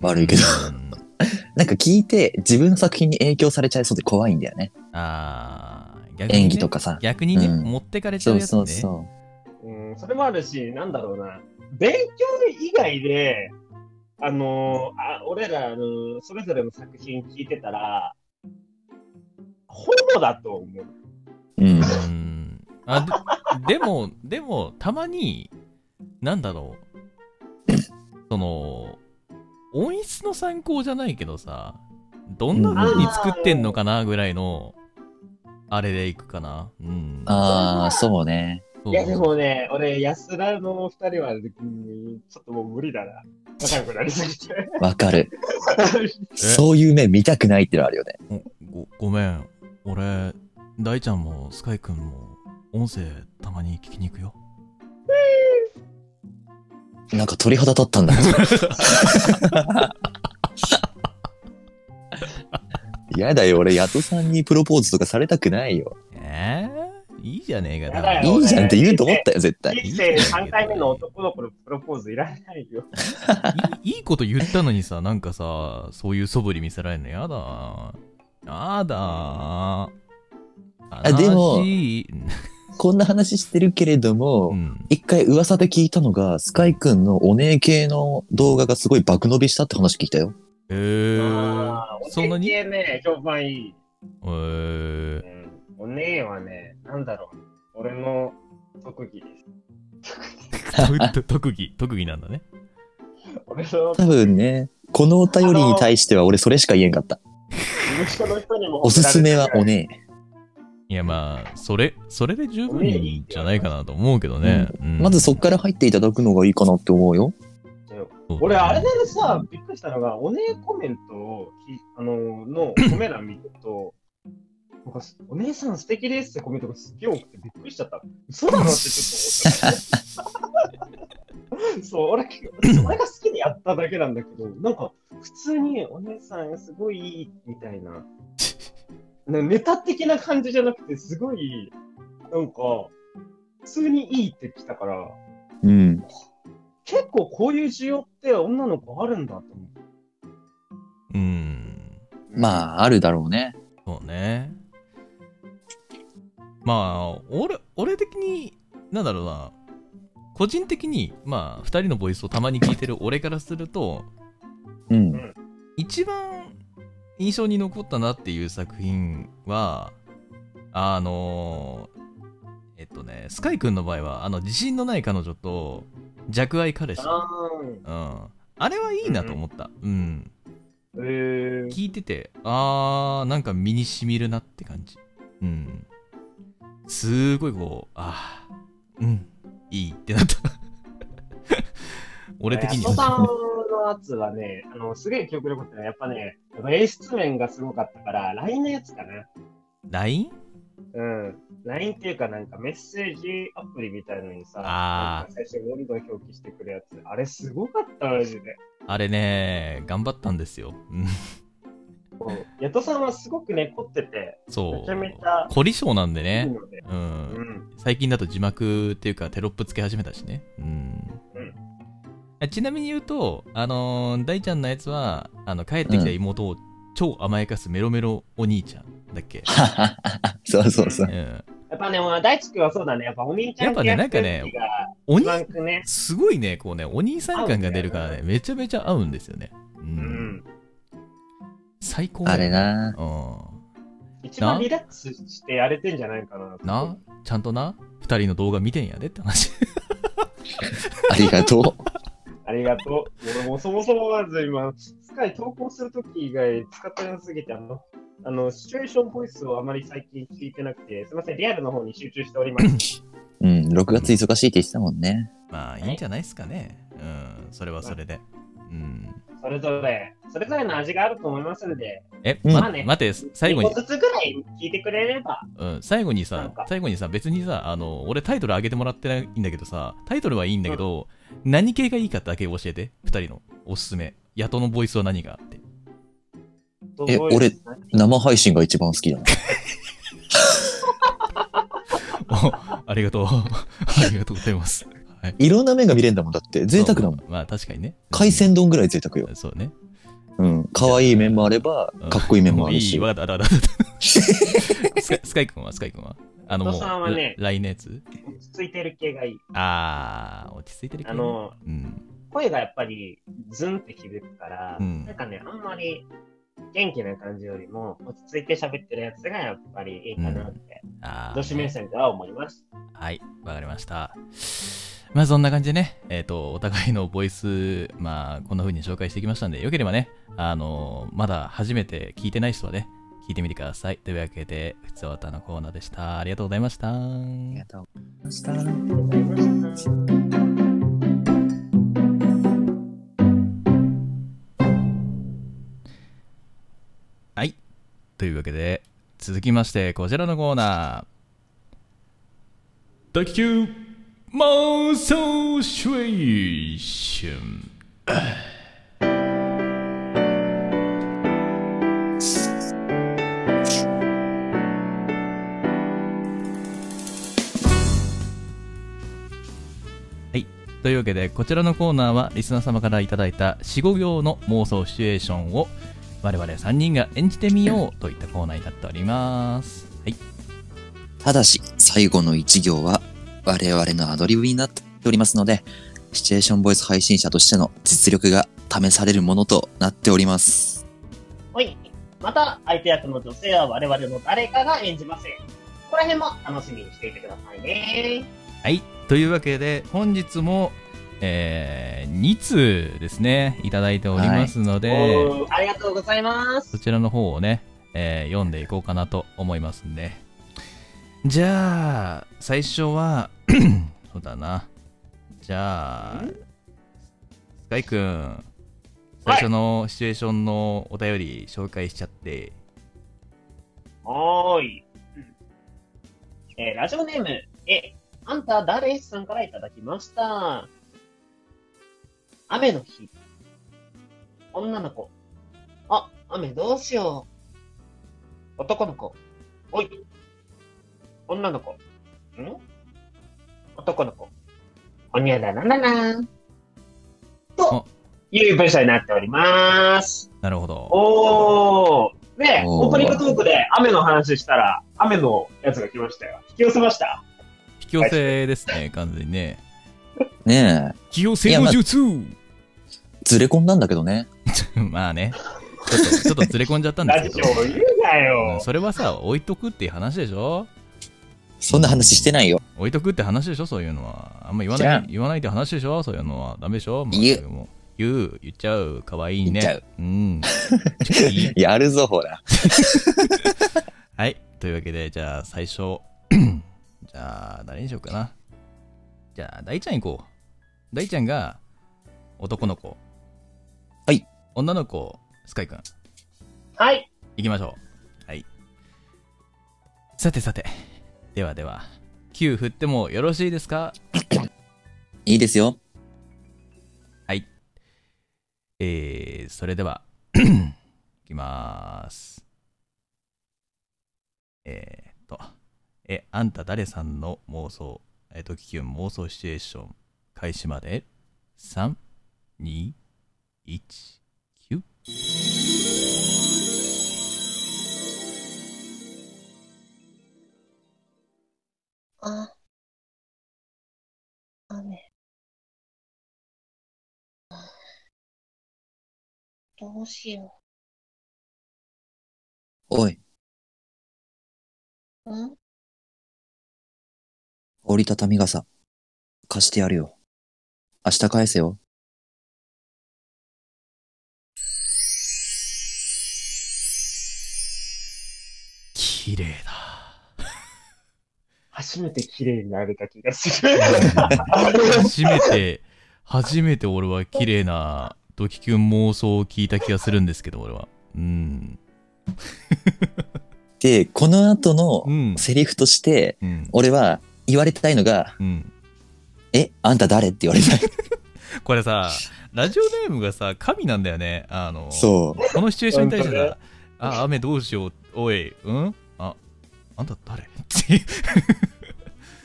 Speaker 4: 悪 いけど。
Speaker 2: うん
Speaker 4: なんか聞いて自分の作品に影響されちゃいそうで怖いんだよね。
Speaker 2: あー逆にね
Speaker 4: 演技とかさ。
Speaker 2: 逆にね、
Speaker 4: うん
Speaker 2: 持ってかれちゃ
Speaker 4: そうう
Speaker 2: やつね
Speaker 4: そうそ
Speaker 3: うん、それもあるし、なんだろうな。勉強以外で、あのーあ俺ら、あのーそれぞれの作品聞いてたら、ほぼだと思う。
Speaker 4: う。うん。
Speaker 2: うんあででも、でも、たまに、なんだろう、その、音質の参考じゃないけどさ、どんな風に作ってんのかなぐらいの、あれでいくかな。うん。
Speaker 4: ああ、そうね。
Speaker 2: そう
Speaker 3: いや、でもね、俺、安田のお二人は、うんちょっともう無理だな。仲良くなりすぎて。
Speaker 4: わかる。そういう目見たくないってのあるよね。
Speaker 2: ごごめん。俺、大ちゃんもスカイくんも、音声たまに聞きに行くよ。
Speaker 4: なんか鳥肌立ったんだけど。やだよ、俺、ヤトさんにプロポーズとかされたくないよ。
Speaker 2: えー、いいじゃねえか
Speaker 3: やだよ
Speaker 4: いいじゃんって言うと思ったよ、絶対。
Speaker 3: 人生3回目の男の子のプロポーズいらないよ。
Speaker 2: いいいこと言ったのにさ、なんかさ、そういう素振り見せられるのやだ。やだ。
Speaker 4: あでも
Speaker 2: 悲しい
Speaker 4: こんな話してるけれども
Speaker 2: う、ん、
Speaker 4: 一回噂で聞いたのが、スカイくんのお姉系の動画がすごい爆伸びしたって話聞いたよ。
Speaker 2: えー
Speaker 3: あ、ー
Speaker 2: そんなに
Speaker 3: おねえね、評判いい。
Speaker 2: えー
Speaker 3: う、ん、おねえはね、なんだろう。俺の特技です。
Speaker 2: と 特技、特技なんだね。
Speaker 3: 俺の
Speaker 4: 多分ね、このお便りに対しては俺それしか言えんかった。
Speaker 3: 事務所の人にも
Speaker 4: おすすめはお
Speaker 3: ね
Speaker 4: 姉。
Speaker 2: いや、まあ、それ、それで十分いいんじゃないかなと思うけどね。うん
Speaker 4: まずそっから入っていただくのがいいかなって思うよ。
Speaker 2: そう
Speaker 3: 俺、あれでさ、びっくりしたのが、おねえコメントをきあののコメ欄見ると、なんかお姉さん素敵ですってコメントがすっげえ多くてびっくりしちゃった。嘘だろってちょっと思った。 そう、俺、それが好きでやっただけなんだけど、なんか、普通にお姉さんすごいいいみたいな、なネタ的な感じじゃなくて、すごい、なんか、普通にいいってきたから、
Speaker 4: うん。
Speaker 3: 結構こういう需要って女の子あるんだって思って。
Speaker 2: うん。
Speaker 4: まあ、あるだろうね。
Speaker 2: そうね。まあ、俺、俺的に、なんだろうな。個人的に、まあ、二人のボイスをたまに聞いてる俺からすると、
Speaker 4: うん。
Speaker 2: 一番印象に残ったなっていう作品は、あのえっとね、スカイくんの場合は、あの、自信のない彼女と、弱愛彼氏。
Speaker 3: あ
Speaker 2: うん。あれはいいなと思った。うん
Speaker 3: ーえー、
Speaker 2: 聞いててあーなんか身にしみるなって感じうんすーごいこうあーうんいいってなった 俺的に
Speaker 3: ヤトさん
Speaker 2: は
Speaker 3: のやつはね、あのすげえ記憶力ってのはやっぱね、やっぱ演出面がすごかったから、LINE のやつかな。
Speaker 2: LINE?
Speaker 3: うん。LINE っていうか、なんかメッセージアプリみたいのにさ、
Speaker 2: あー
Speaker 3: なんか最初にどん表記してくるやつ。あれすごかった、マジで。
Speaker 2: あれね頑張ったんですようん
Speaker 3: ヤトさんはすごくね、凝ってて、
Speaker 2: そ
Speaker 3: めちゃめちゃ
Speaker 2: う凝り性なんで
Speaker 3: いい
Speaker 2: ね
Speaker 3: ので。
Speaker 2: う
Speaker 3: うんん。
Speaker 2: 最近だと字幕っていうかテロップつけ始めたしねうん
Speaker 3: うん
Speaker 2: あちなみに言うと、あのー大ちゃんのやつは、あの、帰ってきた妹を超甘やかすメロメロお兄ちゃんだっけ、
Speaker 4: そうそうそう
Speaker 2: う。ん、
Speaker 3: やっぱね、まあ大地君はそうだね。やっぱお兄ちゃん
Speaker 2: やっぱねなんかね
Speaker 3: 系が
Speaker 2: お
Speaker 3: 一
Speaker 2: 兄
Speaker 3: 番くね。
Speaker 2: すごいね、こうね、お兄さん感が出るからね、めちゃめちゃ合うんですよね。う。
Speaker 3: うんん。
Speaker 2: 最高だ
Speaker 4: あ
Speaker 2: よ
Speaker 4: れ。な。
Speaker 2: う
Speaker 3: 一番リラックスしてやれてんじゃないかな。
Speaker 2: ん。な、ちゃんとな、二人の動画見てんやでって話。
Speaker 4: ありがと う。
Speaker 3: ありがとう。俺もそもそもまず今、スカイ投稿するとき以外使ってなすぎて、あの、あの、シチュエーションボイスをあまり最近聞いてなくて、すみません、リアルの方に集中してお ります。
Speaker 4: うん、6月忙しいって言ってたもんね。
Speaker 2: まあ、いいんじゃないですかね。うん、それはそれで。うん。
Speaker 3: それぞれ、それぞれの味があると思いますんで、
Speaker 2: え、
Speaker 4: うん
Speaker 2: ま
Speaker 3: まあね
Speaker 2: 待て、最後
Speaker 3: 一
Speaker 2: に
Speaker 3: 個、ずつぐらい聞いてくれれば、
Speaker 2: うん、最後に
Speaker 3: な
Speaker 2: さ
Speaker 3: んか、
Speaker 2: 最後にさ、別にさ、あの、俺タイトル上げてもらってないんだけどさ、タイトルはいいんだけど、何系がいいかだけ教えて、二人のおすすめ。ヤトのボイスは何があって。
Speaker 3: どう
Speaker 4: え
Speaker 3: いう
Speaker 4: 俺生配信が一番好きだな。
Speaker 2: おありがとう。 ありがとうございます。はい。
Speaker 4: いろんな面が見れんだもん、だって。贅沢だもん。
Speaker 2: そう。まあまあ確かにね。
Speaker 4: 海鮮丼ぐらい贅沢よ。
Speaker 2: そうね。
Speaker 4: うん。可愛い面もあれば
Speaker 2: うん、
Speaker 4: かっこいい面もある
Speaker 2: いい、
Speaker 4: し。
Speaker 2: わかったわかったわかった。 スカイスカイ君はスカイ君はあのも
Speaker 3: お父さん
Speaker 2: う、
Speaker 3: はね
Speaker 2: ラ LINE のやつ
Speaker 3: 落ち着いてる系がいい。
Speaker 2: あー、落ち着いてる系
Speaker 3: あ
Speaker 2: ね
Speaker 3: の、
Speaker 2: うん。
Speaker 3: 声がやっぱりズンって響くから、
Speaker 2: うん
Speaker 3: なんかね、あんまり元気な感じよりも、落ち着いて喋ってるやつがやっぱりいいかなって、
Speaker 2: あー
Speaker 3: 女子目線では思います。
Speaker 2: はい、わかりました。まあそんな感じでね、えっ、と、お互いのボイス、まあこんな風に紹介してきましたんで、よければね、あのまだ初めて聞いてない人はね、聞いてみてください。というわけで、ふつおたのコーナーでした。ありがとうございました。
Speaker 4: ありがとうございました。
Speaker 2: はい。というわけで、続きまして、こちらのコーナー。卓球妄想シチュエーション。はい。というわけで、こちらのコーナーは、リスナー様からいただいた4、5行の妄想シチュエーションを我々3人が演じてみようといったコーナーになっております。はい。
Speaker 4: ただし、最後の一行は我々のアドリブになっておりますので、シチュエーションボイス配信者としての実力が試されるものとなっております。
Speaker 3: はい。また、相手役の女性は我々の誰かが演じます。ここら辺も楽しみにしていてくださいね。
Speaker 2: はい。というわけで、本日も、えー、2通ですね、いただいておりますので、
Speaker 3: おーありがとうございます
Speaker 2: そ。ちらの方をね、えー読んでいこうかなと思いますんで。じゃあ、最初は、 そうだな。じゃあ、スカイくん、最初のシチュエーションのお便り紹介しちゃって、
Speaker 3: はーい。えーラジオネーム、え、あんた誰さんからいただきました。雨の日。女の子。あ、雨どうしよう。男の子。おい。女の子。ん男の子。ほにゃらららら。
Speaker 2: お
Speaker 3: という文章になっております。
Speaker 2: なるほど。
Speaker 3: おお。ねえ
Speaker 4: おー
Speaker 3: オープニングトークで雨の話したら、雨のやつが来ましたよ。引き寄せました。
Speaker 2: 引き寄せですね、完全にね。
Speaker 4: ねえ、
Speaker 2: 引き寄
Speaker 4: い
Speaker 2: せ
Speaker 4: やまあ
Speaker 2: 術
Speaker 4: ずれ込んだんだけどね。
Speaker 2: まあ ね、ちょっと、ちょっとずれ込んじゃったん
Speaker 3: ラ
Speaker 2: で
Speaker 3: ジ
Speaker 2: すけど。
Speaker 3: オ言うな
Speaker 2: う
Speaker 3: よ
Speaker 2: ん。それはさ、置いとくっていう話でしょ
Speaker 4: そんな話してないよ。
Speaker 2: 置いとくって話でしょそういうのは。あんま言わ
Speaker 4: じゃ
Speaker 2: な
Speaker 4: あ
Speaker 2: い、言わないって話でしょそういうのは。ダメでしょまあ
Speaker 4: 言う
Speaker 2: でも言う、言っちゃう、かわいいね。
Speaker 4: 言っちゃう。
Speaker 2: ん。 ちょいい
Speaker 4: やるぞ、ほら。
Speaker 2: はい。というわけで、じゃあ最初。 じゃあ、誰にしようかな。じゃあ、大ちゃん行こう。大ちゃんが、男の子。
Speaker 4: はい。
Speaker 2: 女の子、スカイくん。
Speaker 3: はい。
Speaker 2: 行きましょう。はい。さてさて。ではでは、9振ってもよろしいですか
Speaker 4: いいですよ。
Speaker 2: えー、それでは、いきまーす。えーっと、え、あんた誰さんの妄想、えっと、キュン妄想シチュエーション、開始まで、3、2、1、9。
Speaker 1: あ、雨。どうしよ
Speaker 4: おい、
Speaker 1: う。ん
Speaker 4: 折りたたみ傘。貸してやるよ。明日返せよ。
Speaker 2: 綺麗だ。
Speaker 3: 初めて綺麗になれた気がする。
Speaker 2: 初めて、初めて俺は綺麗なドキキュン妄想を聞いた気がするんですけど、俺は。うん。
Speaker 4: で、この後の
Speaker 2: うん。
Speaker 4: セリフとして、
Speaker 2: うん。
Speaker 4: 俺は言われたいのが、
Speaker 2: うん。
Speaker 4: え、あんた誰って言われたい。
Speaker 2: これさ、ラジオネームがさ、神なんだよね。あの、
Speaker 4: そ
Speaker 2: このシチュエーションに対して
Speaker 3: 本当
Speaker 2: さ、あ、雨どうしよう、おい、うんあ、あんた誰 っていう。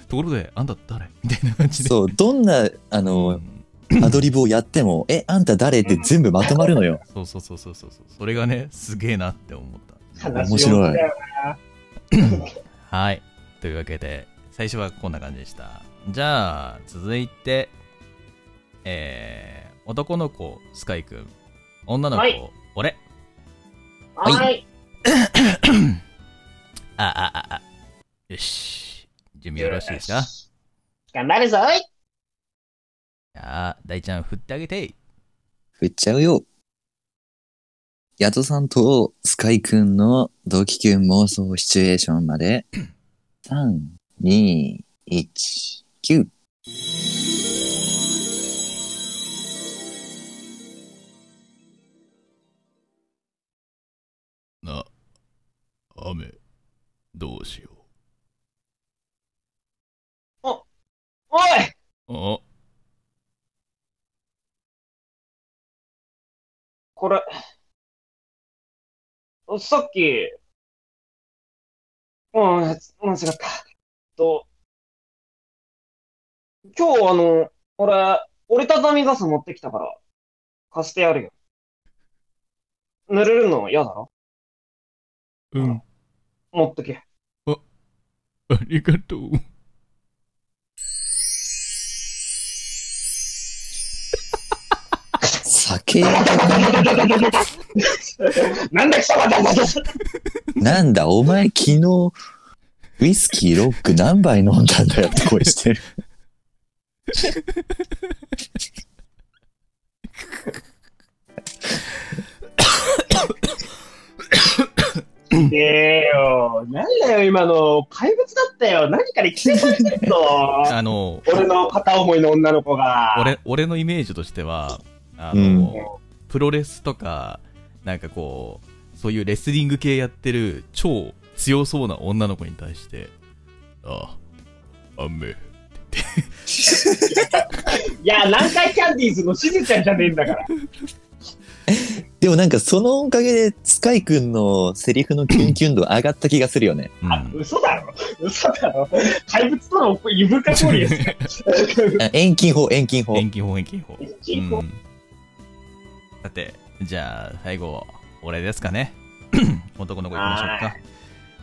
Speaker 2: ところで、あんた誰みたいな感
Speaker 4: う。
Speaker 2: じで。
Speaker 4: そう、どんな、あの、
Speaker 2: ん
Speaker 4: アドリブをやっても、え、あんた誰って全部まとまるのよ。
Speaker 2: そうそうそうそうそう。それがね、すげえなって思った。
Speaker 4: 面白い。
Speaker 2: はい。というわけで、最初はこんな感じでした。じゃあ、続いて、えー、男の子、スカイくん。女の子、
Speaker 3: はい
Speaker 2: 俺。
Speaker 3: はい。
Speaker 2: あ、あ、あ、あ。よし。準備よろしいですか
Speaker 3: 頑張るぞい。
Speaker 2: やあ、大ちゃん振ってあげて。
Speaker 4: 振っちゃうよ。ヤトさんとスカイくんの同期級妄想シチュエーション まで、3、2、1、9。
Speaker 2: な、雨、どうしよ。
Speaker 3: おいう
Speaker 2: あ、
Speaker 3: これ、さっき、うん、間違った。と、今日あの、俺、折りたたみ傘持ってきたから、貸してやるよ。濡れるの嫌だろ
Speaker 2: うん、
Speaker 3: 持ってけ。
Speaker 2: ありがとう。
Speaker 4: 酒、
Speaker 3: なんだ貴様だ
Speaker 4: なんだ、お前昨日、ウイスキーロック何杯飲んだんだよって声して る。
Speaker 3: ええよ。なんだよ、今の。怪物だったよ。何かに寄生されて るぞ。
Speaker 2: あの、
Speaker 3: 俺の片思いの女の子が。
Speaker 2: 俺俺のイメージとしてはあの、プロレスとかなんかこうそういうレスリング系やってる超強そうな女の子に対して「ああ雨
Speaker 3: いや、南海キャンディーズのしずちゃんじゃねえんだから。
Speaker 4: でもなんかそのおかげで、スカイくんのセリフのキュンキュン度上がった気がするよね。」
Speaker 2: うん
Speaker 3: 嘘だろ嘘だろ怪物との異文化交流ですよ
Speaker 4: あ遠近法、遠近法。
Speaker 2: 遠近法遠近法
Speaker 3: 遠
Speaker 2: う
Speaker 3: 近法
Speaker 2: んさてじゃあ最後俺ですかね 男の子いきましょう
Speaker 3: は
Speaker 2: か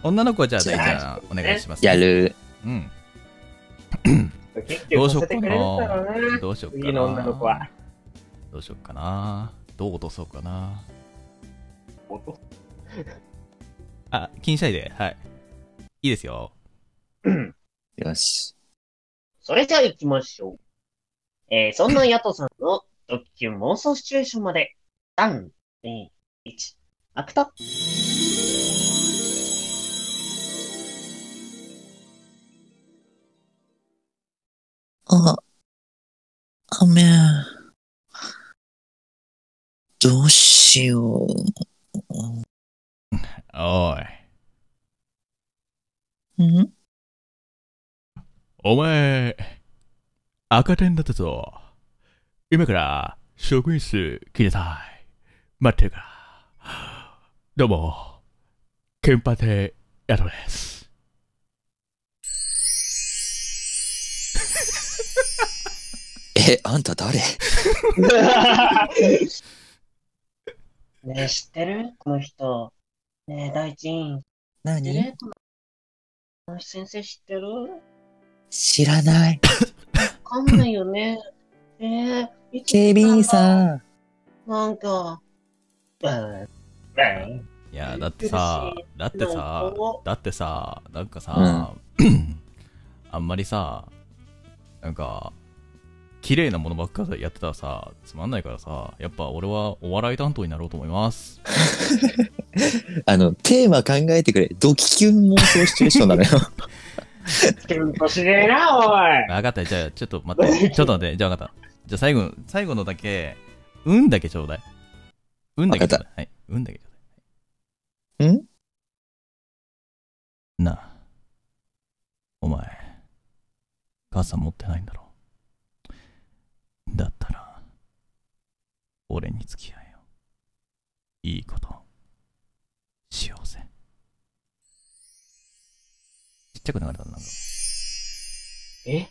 Speaker 2: 女の子はじゃあ大ち
Speaker 4: じ
Speaker 2: ゃんお願いします、
Speaker 4: やる。
Speaker 2: うん
Speaker 3: 結局させてくれるんだろうな
Speaker 2: どうしようかな
Speaker 3: 次の女の子は
Speaker 2: どうしようかなどう落とそうかなあ気にしないではいいいですよ
Speaker 3: うん
Speaker 4: よし。
Speaker 1: それじゃあ行きましょう。えー、そんなヤトさんのドッキュン妄想シチュエーションまで、3、2、1、アクト。
Speaker 4: あ、雨。どうしよ。
Speaker 2: おいう
Speaker 4: ん
Speaker 2: お前、赤点だったぞ。今から職員室来なさい。待ってるから。どうも、ケンパテヤトです。
Speaker 4: え、あんた誰
Speaker 1: ねえ、知ってるこの人。ねえ、大臣。
Speaker 4: 何
Speaker 1: えこのこの先生知ってる
Speaker 4: 知らない。
Speaker 1: わかんないよね。えー、いつ
Speaker 4: 警備員さん。
Speaker 1: なんか、うん、うん
Speaker 2: いや、だってさ、だってさ
Speaker 1: なんか、
Speaker 2: だってさ、なんかさ、 あんまりさ、なんか、綺麗なものばっかやってたらさ、つまんないからさ、やっぱ俺はお笑い担当になろうと思います。
Speaker 4: あの、テーマ考えてくれ。ドキキュン妄想シチュエーションなのよ。
Speaker 3: ケンコしねえな、おい
Speaker 2: 分かった、じゃあ、ちょっと待って、ちょっと待って、じゃあ分かった。じゃあ、最後、最後のだけ、運だけちょうだい。運だけちょうだい。はい、運だけちょうだい。
Speaker 4: ん
Speaker 2: なあ、お前、傘持ってないんだろ。だったら、俺に付き合えよ。いいこと、しようぜ。ちっちゃく流れたな、なんか。
Speaker 1: え、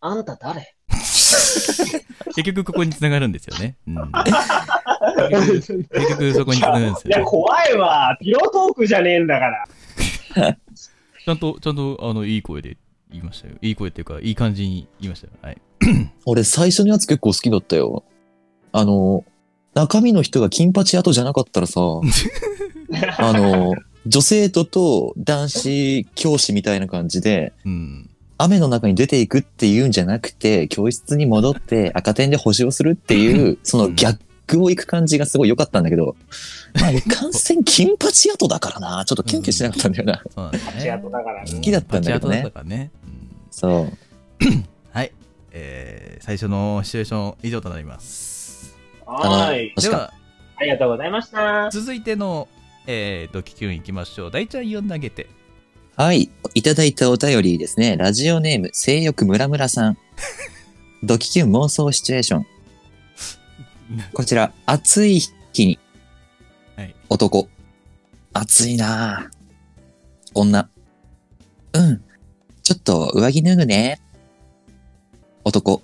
Speaker 1: あんた誰
Speaker 2: 結局ここに繋がるんですよね。うん、結局結局そこに繋がるんです
Speaker 3: い
Speaker 2: よ
Speaker 3: や、
Speaker 2: ね。
Speaker 3: 怖いわ。ピロートークじゃねえんだから。
Speaker 2: ちゃんと、ちゃんと、あの、いい声で言いましたよ。いい声っていうか、いい感じに言いましたよ。はい。
Speaker 4: 俺最初のやつ結構好きだったよ。あの、中身の人が金八跡じゃなかったら さ、あの、女生徒と男子教師みたいな感じで、
Speaker 2: うん。
Speaker 4: 雨の中に出ていくっていうんじゃなくて、教室に戻って赤点で補習をするっ ていう、その逆を行く感じがすごい良かったんだけど、まあ、いかんせん金八跡だからな、ちょっとキュンキュンしなかったんだ よな。
Speaker 2: そうなんだね。
Speaker 3: パチアトだからね
Speaker 2: う
Speaker 4: 好きだったんだけどね
Speaker 2: パチアトだったからね。うん
Speaker 4: そう。
Speaker 2: はい。えー最初のシチュエーション以上となります。
Speaker 3: はーい。
Speaker 2: で
Speaker 4: 確か
Speaker 2: は、
Speaker 3: ありがとうございました。
Speaker 2: 続いての、えー、ドキキュンいきましょう。大ちゃん4投げて。
Speaker 4: はい。いただいたお便りですね。ラジオネーム、性欲ムラムラ さん。ドキキュン妄想シチュエーション。こちら、暑い日に、
Speaker 2: はい
Speaker 4: 男、暑いなぁ。女、うん、ちょっと上着脱ぐね。男、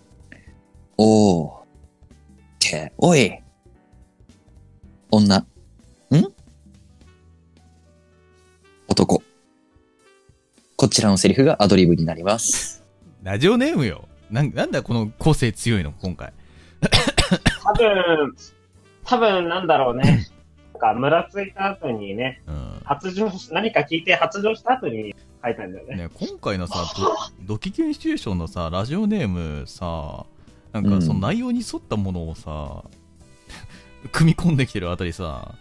Speaker 4: おー、って、おい。女、ん男、こちらのセリフがアドリブになります。
Speaker 2: ラジオネームよ。なんなんだこの個性強いの、今回。
Speaker 3: 多分、多分なんだろうね。なんか、ムラついた後にね、
Speaker 2: うん。
Speaker 3: 発情し、何か聞いて発情した後に書いたんだよね。
Speaker 2: ね、今回のさ、ドドキキュンシチュエーションのさ、ラジオネームさ、なんかその内容に沿ったものをさ、 組み込んできてるあたりさ、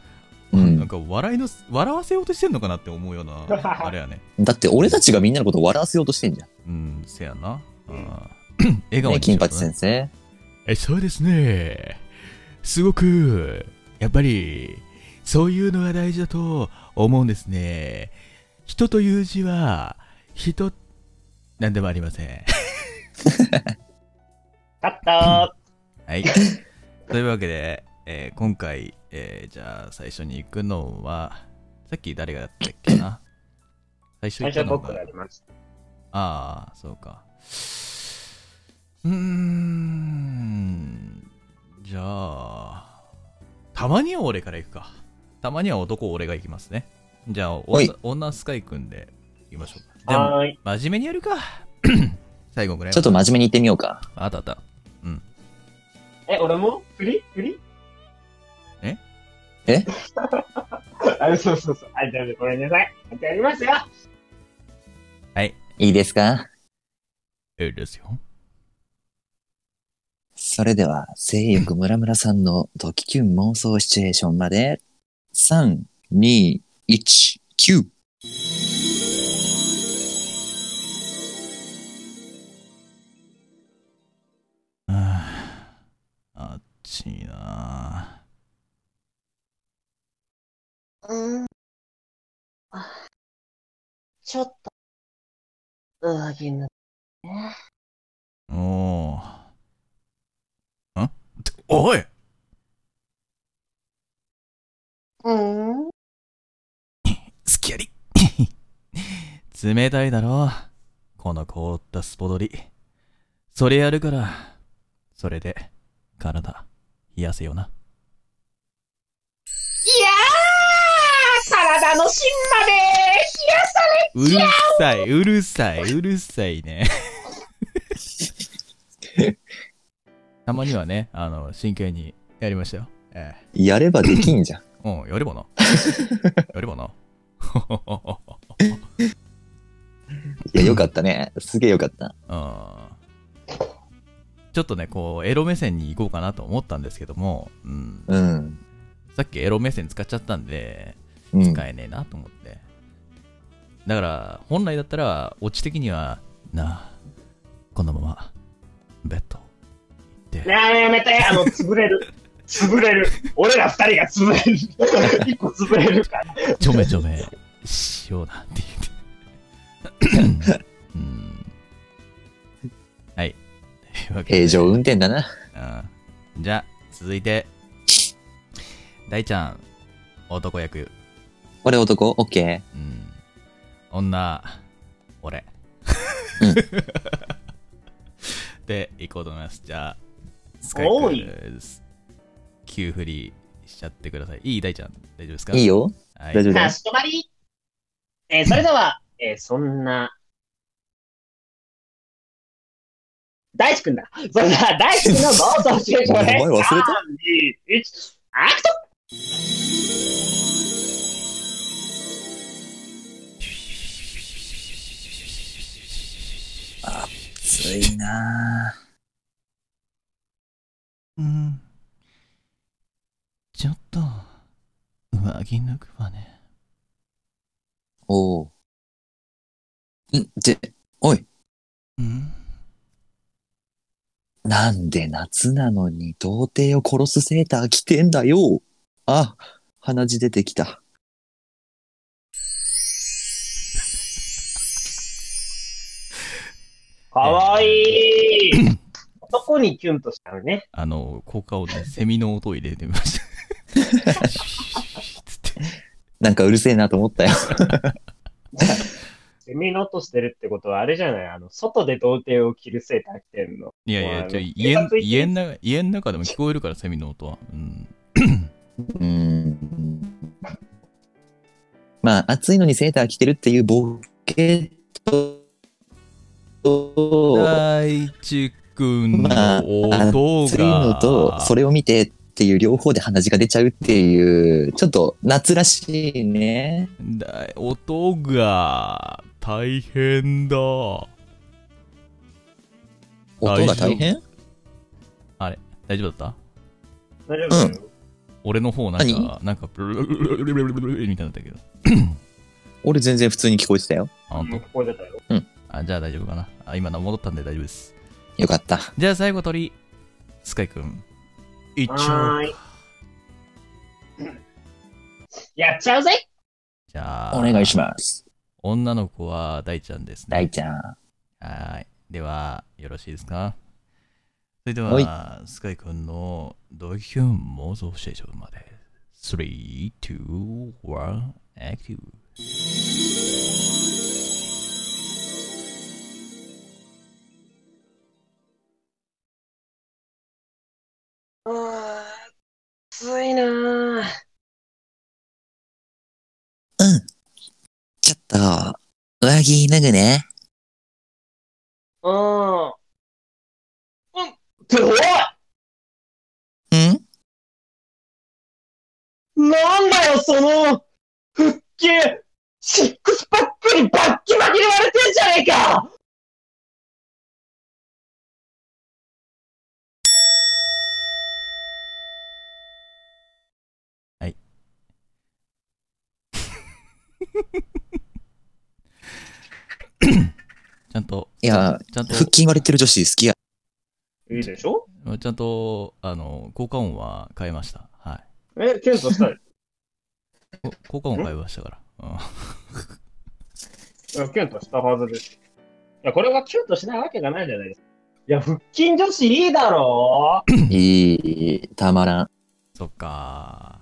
Speaker 4: う
Speaker 2: なん
Speaker 4: ん。
Speaker 2: か笑いのす、笑わせようとしてんのかなって思うような、あれやね。
Speaker 4: だって俺たちがみんなのことを笑わせようとしてんじゃん。
Speaker 2: うん、せやな。うん
Speaker 3: うん
Speaker 2: 笑顔
Speaker 4: ね、
Speaker 2: にしよ
Speaker 4: 金
Speaker 2: う
Speaker 4: 八
Speaker 2: とね
Speaker 4: 先生。
Speaker 2: え、そうですね。すごく、やっぱり、そういうのが大事だと思うんですね。人という字は、人、なんでもありません。
Speaker 3: カット
Speaker 2: はい。というわけで、えー今回、えーじゃあ最初に行くのは、さっき誰がやったっけな最初行った
Speaker 3: 最初
Speaker 2: の
Speaker 3: 僕が
Speaker 2: が
Speaker 3: や、りました。
Speaker 2: ああ、そうか。うーん。じゃあ、たまには俺から行くか。たまには男俺が行きますね。じゃあ、
Speaker 4: ほい
Speaker 2: 女女スカイ君で行きましょうか。でも、
Speaker 3: はーい。
Speaker 2: 真面目にやるか。最後ぐらいは。
Speaker 4: ちょっと真面目に言ってみようか。
Speaker 2: あったあった。
Speaker 3: え、俺も振り振り
Speaker 2: え
Speaker 4: え
Speaker 3: あ、そうそうそう。あ、じゃあごめんなさい。やってやりますよ。
Speaker 2: はい。
Speaker 4: いいですか
Speaker 2: えーですよ。
Speaker 4: それでは、性欲ムラムラさんのドキキュン妄想シチュエーションまで、3、2、1、9。
Speaker 2: あーあっちいな
Speaker 1: うーん。あちょっと、上着脱ぐね。
Speaker 2: ーおーんておいう
Speaker 1: ーん。
Speaker 2: すきやり冷たいだろこの凍ったスポドリそれやるからそれで体冷やせよない
Speaker 1: やー体の芯まで冷やさ
Speaker 2: うるさいうるさいうるさいねたまにはねあの真剣にやりましたよええ
Speaker 4: やればできんじゃん。
Speaker 2: うん、やればな。やればな。
Speaker 4: いや、よかったね。すげえよかった。
Speaker 2: うんちょっとね、こう、エロ目線に行こうかなと思ったんですけども、うん、
Speaker 4: うん。
Speaker 2: さっきエロ目線使っちゃったんで、
Speaker 4: うん。
Speaker 2: 使えねえなと思って。だから、本来だったら、オチ的には、なあ、このまま、ベッド、行って、
Speaker 3: やめやめて、あの、潰れる。潰れる。俺ら二人が潰れる。 一個潰れるから。
Speaker 2: ちょめちょめしようなんて言って。うん、はい。というわけで
Speaker 4: 平常運転だな。
Speaker 2: うんじゃあ、続いて、大ちゃん、男役、
Speaker 4: 俺男オッケ
Speaker 2: うん、女、俺。
Speaker 4: うん
Speaker 2: で、行こうと思います。じゃあ、スカイ
Speaker 3: おい
Speaker 2: 君です。急振りしちゃってください。いい大ちゃん、大丈夫ですか
Speaker 4: ー。いい。よ。
Speaker 2: はい、
Speaker 4: 大丈夫だ
Speaker 1: か
Speaker 4: よ。
Speaker 1: しこまりえーそれでは、えーそんな、
Speaker 3: 大地くんだ。それでは、大地くんの妄想シチュエーションで
Speaker 4: お前忘れた
Speaker 3: 3、2、1、アクト
Speaker 4: あついなぁ
Speaker 2: うん。ちょっと、上着脱ぐわね。
Speaker 4: おう。んって、
Speaker 2: うん
Speaker 4: なんで夏なのに童貞を殺すセーター着てんだよ。あ、鼻血出てきた。
Speaker 1: かわいい 男にキュンとしちゃうね。
Speaker 2: あの、効果音でセミの音を入れてみました。シュシュシュシュつって
Speaker 4: なんかうるせえなと思ったよ。
Speaker 3: セミの音してるってことはあれじゃないあの、外で童貞を着るセーター着てんの。
Speaker 2: いやいや、
Speaker 3: もう
Speaker 2: ちょ
Speaker 3: あの
Speaker 2: 家ん
Speaker 3: 警察行って
Speaker 2: 家ん中家の中でも聞こえるから、セミの音は。うん。
Speaker 4: うーん。まあ、暑いのにセーター着てるっていうボケと、
Speaker 2: 大地君
Speaker 4: まあ、
Speaker 2: の音
Speaker 4: 暑いの
Speaker 2: が。
Speaker 4: と、それを見てっていう両方で鼻血が出ちゃうっていう、ちょっと夏らしいね。
Speaker 2: だ音が大変だ。
Speaker 4: 音が大変
Speaker 2: 大丈夫だった
Speaker 3: 大丈夫だよ
Speaker 2: 俺の方なんか、なんか、ブルルルルルルルルルルみたいになったけど。
Speaker 4: 俺全然普通に聞こえてたよ。
Speaker 2: あ、本当
Speaker 3: もうここだったよ。
Speaker 2: あ、じゃあ大丈夫かな。あ、今の戻ったんで大丈夫です。
Speaker 4: よかった。
Speaker 2: じゃあ最後鳥、スカイ君。いっちゃ
Speaker 1: は
Speaker 2: おう。
Speaker 1: ーい。やっちゃうぜ
Speaker 2: じゃあ、
Speaker 4: お願いし
Speaker 2: ます。
Speaker 4: ます。
Speaker 2: 女の子は大ちゃんですね。
Speaker 4: 大ちゃん。
Speaker 2: はーい。では、よろしいですかそれで
Speaker 4: はい
Speaker 2: は、スカイ君のドキュン妄想ステーションまで。3、2、1、アクティブ。
Speaker 1: うーん、暑いなぁ。
Speaker 4: ちょっと、上着脱ぐね。
Speaker 1: うーん。うん、っておい
Speaker 4: ん
Speaker 1: なんだよ、その、腹筋、シックスパックにバッキバキに割れてんじゃねえか
Speaker 2: ちゃんと、
Speaker 4: いや、
Speaker 2: ちゃんと
Speaker 4: 腹、筋割れてる女子好きや。
Speaker 3: いいでしょ
Speaker 2: ちゃんと、あの、効果音は変えました。は
Speaker 3: え、キュンとしたい。
Speaker 2: い。こ効果音変えましたから。うん
Speaker 3: いやキュンとしたはずです。いや、これがキュンとしないわけがないじゃないですか。いや、腹筋女子いいだろう
Speaker 4: いい、たま らん。
Speaker 2: そっか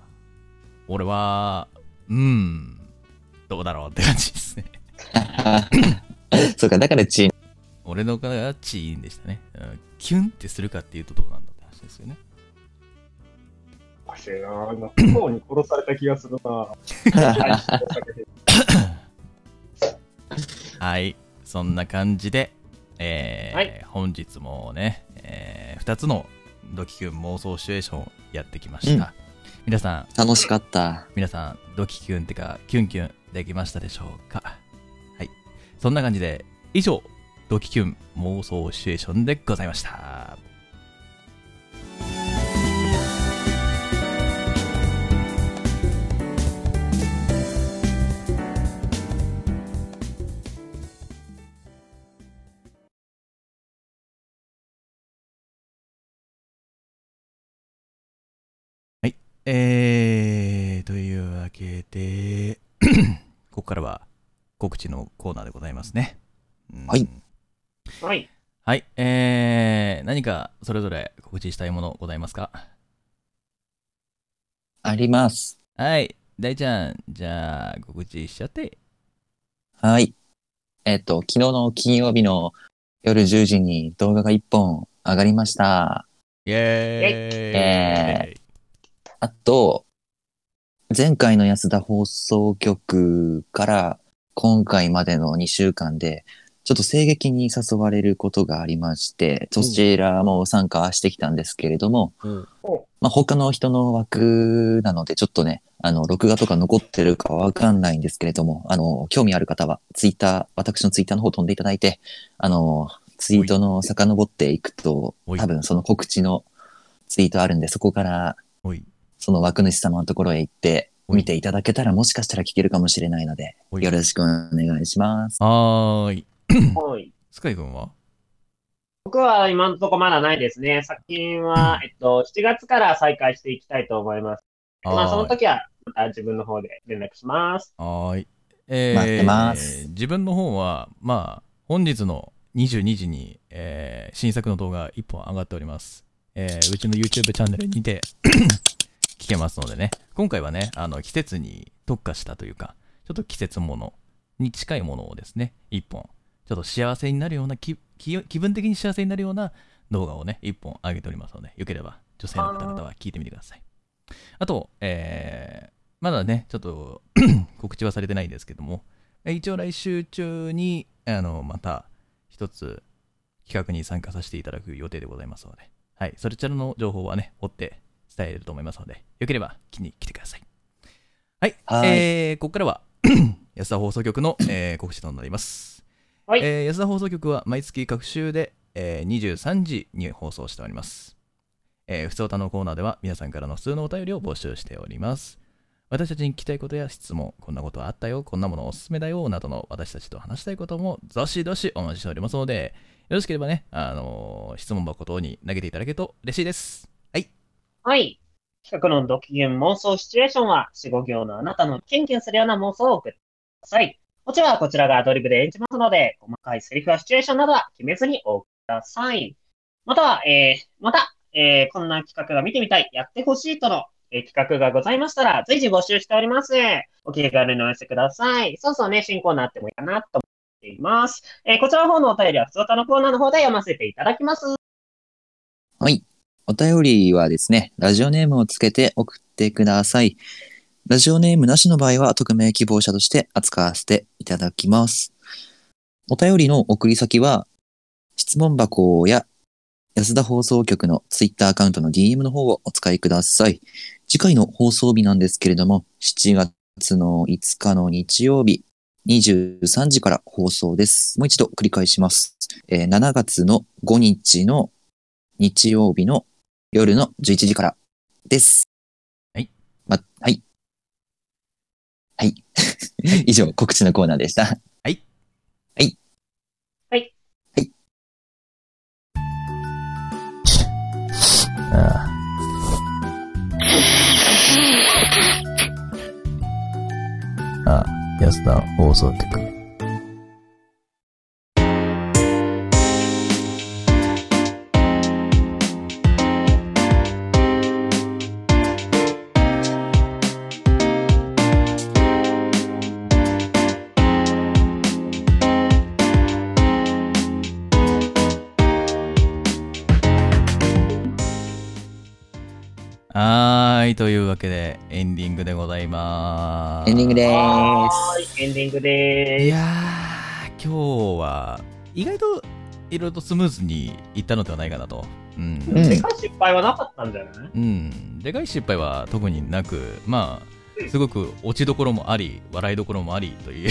Speaker 2: 俺は、うん、どうだろうって感じですね。
Speaker 4: そうか、だからチー
Speaker 2: 俺の方がチーンでしたね。うんキュンってするかっていうとどうなんだって話ですよね。
Speaker 3: おかしいなぁ。今、不幸に殺された気がするなぁ。 大 した作品
Speaker 2: はい。そんな感じで、えー
Speaker 3: はい
Speaker 2: 本日もね、え2つのドキキュン妄想シチュエーションをやってきました。皆さん、
Speaker 4: 楽しかった。
Speaker 2: 皆さん、ドキキュンってか、キュンキュンできましたでしょうかはい。そんな感じで、以上、ドキキュン妄想シチュエーションでございました。えー、というわけで、 ここからは告知のコーナーでございますね。うん
Speaker 4: はい。
Speaker 1: はい。
Speaker 2: はい、えー、何かそれぞれ告知したいものございますか
Speaker 4: あります。
Speaker 2: はい、大ちゃん、じゃあ告知しちゃって。
Speaker 4: はい。えっと、昨日の金曜日の夜10時に動画が1本上がりました。
Speaker 2: イェーイ
Speaker 4: えあと、前回の安田放送局から今回までの2週間で、ちょっと声劇に誘われることがありまして、そちらも参加してきたんですけれども、まあ、他の人の枠なので、ちょっとね、あの、録画とか残ってるかわかんないんですけれども、あの、興味ある方は、ツイッター、私のツイッターの方飛んでいただいて、あの、ツイートの遡っていくと、
Speaker 2: おい
Speaker 4: 多分その告知のツイートあるんで、そこから
Speaker 2: おい、
Speaker 4: その枠主様のところへ行って、
Speaker 2: おい
Speaker 4: 見ていただけたらもしかしたら聞けるかもしれないので、
Speaker 2: おい
Speaker 4: よろしくお願いします。
Speaker 2: はーい。
Speaker 1: はい。
Speaker 2: スカイ君は
Speaker 1: 僕は今のところまだないですね。作品は、えっと、7月から再開していきたいと思います。まあ、その
Speaker 2: はーい。
Speaker 1: 時は、また自分の方で連絡します。
Speaker 2: はーい。え
Speaker 4: 待ってます
Speaker 2: 自分の方は、まあ、本日の22時に、えー新作の動画1本上がっております。えーうちの YouTube チャンネルにて 聞けますのでね、今回はね、あの季節に特化したというか、ちょっと季節ものに近いものをですね、1本、ちょっと幸せになるような気、気気分的に幸せになるような動画をね、1本上げておりますので、よければ女性の方々は聞いてみてください。あと、えーまだね、ちょっと 告知はされてないんですけども、え一応来週中に、あの、また一つ企画に参加させていただく予定でございますので、はい、そちらの情報はね、追って伝えると思いますので、よければ気に来てください。はい、
Speaker 4: はい
Speaker 2: えーここからは 安田放送局の、えー告知となります。
Speaker 1: はい
Speaker 2: えー安田放送局は毎月各週で、えー23時に放送しております。えー、普通歌のコーナーでは皆さんからの普通のお便りを募集しております。私たちに聞きたいことや質問、こんなことあったよ、こんなものおすすめだよ、などの私たちと話したいことも、どしどしお待ちしておりますので、よろしければね、あのー質問箱等に投げていただけると嬉しいです。
Speaker 1: はい。企画のドキュン妄想シチュエーションは、4、5行のあなたのキュンキュンするような妄想を送ってください。こちらはこちらがアドリブで演じますので、細かいセリフやシチュエーションなどは決めずにお送りください。または、えー、また、えー、こんな企画が見てみたい、やってほしいとの、えー企画がございましたら、随時募集しております。お気軽にお寄せください。そうそうね、新コーナーあってもいいかなと思っています。えー、こちらの方のお便りは、普通歌のコーナーの方で読ませていただきます。
Speaker 4: お便りはですね、ラジオネームをつけて送ってください。ラジオネームなしの場合は、匿名希望者として扱わせていただきます。お便りの送り先は、質問箱や安田放送局のツイッターアカウントの DM の方をお使いください。次回の放送日なんですけれども、7月の5日の日曜日、23時から放送です。もう一度繰り返します。えー7月の5日の日曜日の夜の11時からです。
Speaker 2: はい。
Speaker 4: ま、はい。はい。 以上、告知のコーナーでした。
Speaker 2: はい。
Speaker 4: はい。
Speaker 1: はい。
Speaker 4: はい。
Speaker 2: ああ、安田放送局。はーい、というわけでエンディングでございます。
Speaker 4: エンディングでーす。
Speaker 1: はい、エンディングでーす
Speaker 2: い。やー、今日は意外といろいろとスムーズにいったのではないかなと。うん。
Speaker 4: うん
Speaker 1: でかい失敗はなかったんじゃない
Speaker 2: うん、でかい失敗は特になく、まあ、すごく落ちどころもあり、笑いどころもありという、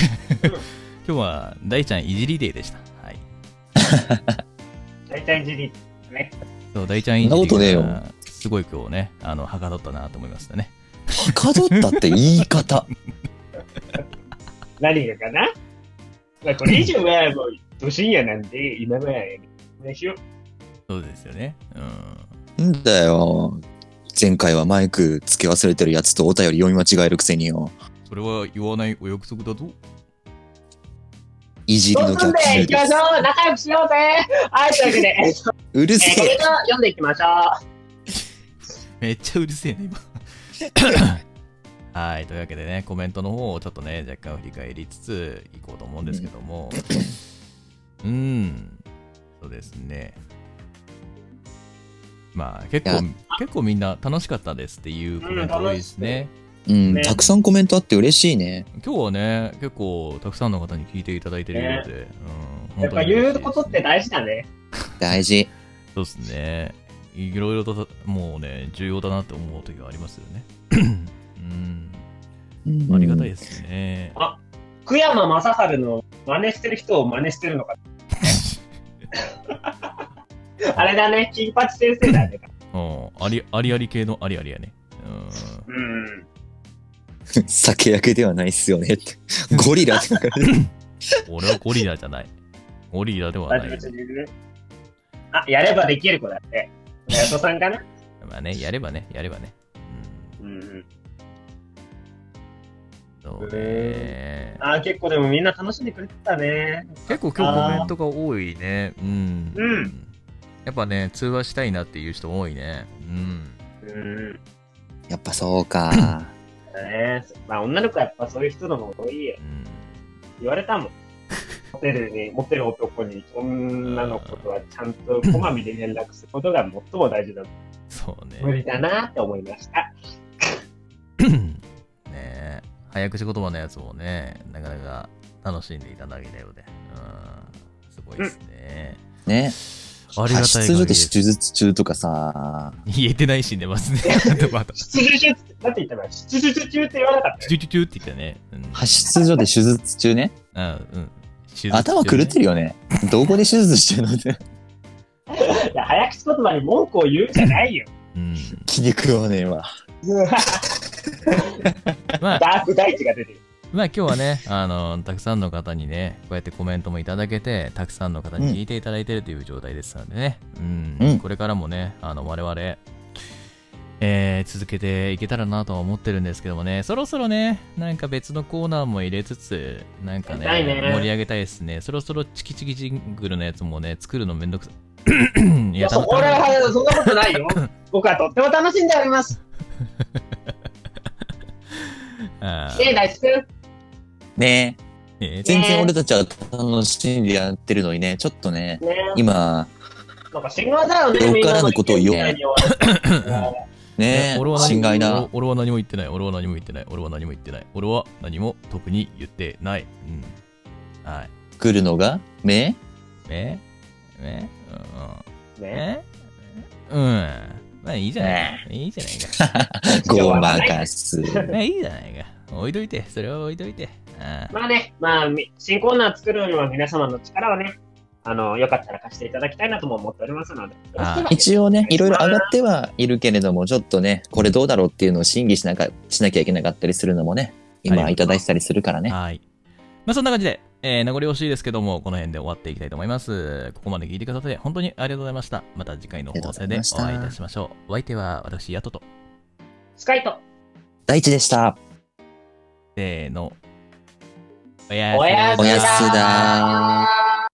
Speaker 2: 今日は大ちゃんいじりデーでした。はい、
Speaker 1: 大体ジリ。
Speaker 2: そう大ちゃんいじ
Speaker 4: そんな
Speaker 2: り
Speaker 4: ことねえよ
Speaker 2: がすごい今日ね、あのはかどったなと思いましたね。
Speaker 4: はかどったって言い方。
Speaker 1: 何がかなまあこれ以上はもう、ど深夜なんで、今はやめましょう。
Speaker 2: そうですよね。うん
Speaker 4: んだよ。前回はマイクつけ忘れてるやつとお便り読み間違えるくせによ。
Speaker 2: それは言わないお約束だぞ。
Speaker 4: いじり
Speaker 1: どう
Speaker 4: の
Speaker 1: すん
Speaker 4: 逆
Speaker 1: で
Speaker 4: 襲
Speaker 1: 行きま
Speaker 4: で
Speaker 1: し
Speaker 4: す
Speaker 1: ょ。う仲良くしようぜはい、というわ けで、えっと
Speaker 4: うるせ
Speaker 1: コメン
Speaker 4: え。
Speaker 1: ト読んでいきましょ
Speaker 2: めっちゃうるせえね、 今。 はい、というわけでね、コメントの方をちょっとね、若干振り返りつついこうと思うんですけ ども、うーん、そうですね。まあ、結
Speaker 4: いや
Speaker 2: 構、結構みんな楽しかったですっていうコメント多いですね。
Speaker 4: うん、
Speaker 1: ね
Speaker 4: たくさんコメントあって嬉しいね。
Speaker 2: 今日はね、結構たくさんの方に聞いていただいてるようで、うん、
Speaker 1: う。やっぱ言うことって大事だね。
Speaker 4: 大事。
Speaker 2: そうですね。いろいろと、もうね、重要だなって思う時があります よね。 うんありがたい
Speaker 4: い。
Speaker 2: ですね。
Speaker 1: あ福山雅治の真似してる人を真似してるのか。あれだね、金八先生だね。
Speaker 2: うん、ありありあり系のありありやね。うん。
Speaker 1: うん。
Speaker 4: 酒焼けではないっすよねって。ゴ リラって書いてある
Speaker 2: 俺はゴリラじゃない。ゴリラではない。
Speaker 1: あ、やればできる子だって。親父さんかな
Speaker 2: まあね、やればね、やればね。うん
Speaker 1: うん。
Speaker 2: そうね
Speaker 3: へ。
Speaker 1: あー、結構でもみんな楽しんでくれてたね。
Speaker 2: 結構今日コメントが多いね。うん。
Speaker 1: うん
Speaker 2: やっぱね、通話したいなっていう人多いね。うん。
Speaker 1: うん。ね
Speaker 4: やっぱそうか。
Speaker 1: えまあ女の子はやっぱそういう人の方が多いよ。
Speaker 2: うん
Speaker 1: 言われたもん。モテるに、モテる男に女の子とはちゃんとこまめに連絡することが最も大事だ。
Speaker 2: そうね。
Speaker 1: 無理だなって思いました。
Speaker 2: ねえ早口言葉のやつもね、なかなか楽しんでいただけたようで、うん、すごいですね。
Speaker 4: ね。
Speaker 2: ありがたい
Speaker 4: 発出所
Speaker 2: 限りで
Speaker 4: です手術中とかさ、
Speaker 2: 言えてないし、寝ますね。 またまた。
Speaker 1: 出場中って、なんて言ったら、出場中って言わなかっ
Speaker 2: チュチュチュって言ったね。うん。
Speaker 4: 発出所で手術中ね。
Speaker 2: うんうん手術中ね
Speaker 4: 頭狂ってるよね。どこで手術してるのって。
Speaker 1: た。いや早口言葉に文句を言うんじゃないよ。
Speaker 2: うん。
Speaker 4: 気に食わねえわ。
Speaker 2: まあ、
Speaker 1: ダーク大地が出てる。
Speaker 2: まあ今日はね、あの、たくさんの方にね、こうやってコメントもいただけて、たくさんの方に聞いていただいてるという状態ですのでね、うん、
Speaker 4: うん
Speaker 2: これからもね、あの、我々、えー続けていけたらなとは思ってるんですけどもね、そろそろね、なんか別のコーナーも入れつつ、なんかね、
Speaker 1: やりたいね
Speaker 2: 盛り上げたいですね。そろそろチキチキジングルのやつもね、作るのめんどくさい
Speaker 1: いや、
Speaker 2: た
Speaker 1: そ
Speaker 2: ま
Speaker 1: こらはそんなことない よ。僕はとっても楽しんでおります。
Speaker 2: あー
Speaker 1: ねえ、大地君。
Speaker 4: ね
Speaker 2: え
Speaker 4: え。
Speaker 2: ー
Speaker 4: 全然俺たちは楽しんでやってるのにね、ちょっとね、
Speaker 1: ね
Speaker 4: 今、
Speaker 1: え、なんか新型だよね、
Speaker 4: よからぬことを言おう
Speaker 1: みんなの意見みたいに言われて
Speaker 4: ね
Speaker 2: え俺は何
Speaker 4: 侵害だ
Speaker 2: 俺。俺は何も言ってない。俺は何も言ってない。俺は何も言ってない。俺は何も特に言ってない。うん。はい。
Speaker 4: 作るのが、 目
Speaker 2: ええうん。
Speaker 1: ね
Speaker 2: えうん。まあいいじゃないか。いいじゃない
Speaker 4: ごまかす。
Speaker 2: か。まあいいじゃないか。置いといて。それは置いといて。あ
Speaker 1: まあね、まあ、み新コーナー作るには皆様の力をね、あの、よかったら貸していただきたいなとも思っておりますので。
Speaker 2: あー
Speaker 4: 一応ね、いろいろ上がってはいるけれども、ちょっとね、これどうだろうっていうのを審議しなかしなきゃいけなかったりするのもね、今いただいてたりするから
Speaker 2: あ
Speaker 4: ね。
Speaker 2: はい。まあそんな感じで、えー名残惜しいですけども、この辺で終わっていきたいと思います。ここまで聞いてくださって本当にありがとうございました。また次回の放送でお会いいたしましょう。お相手は私、ヤトと。
Speaker 1: スカイト、
Speaker 4: 大地でした。
Speaker 2: せーの。おやす
Speaker 1: おや
Speaker 4: おやすだー。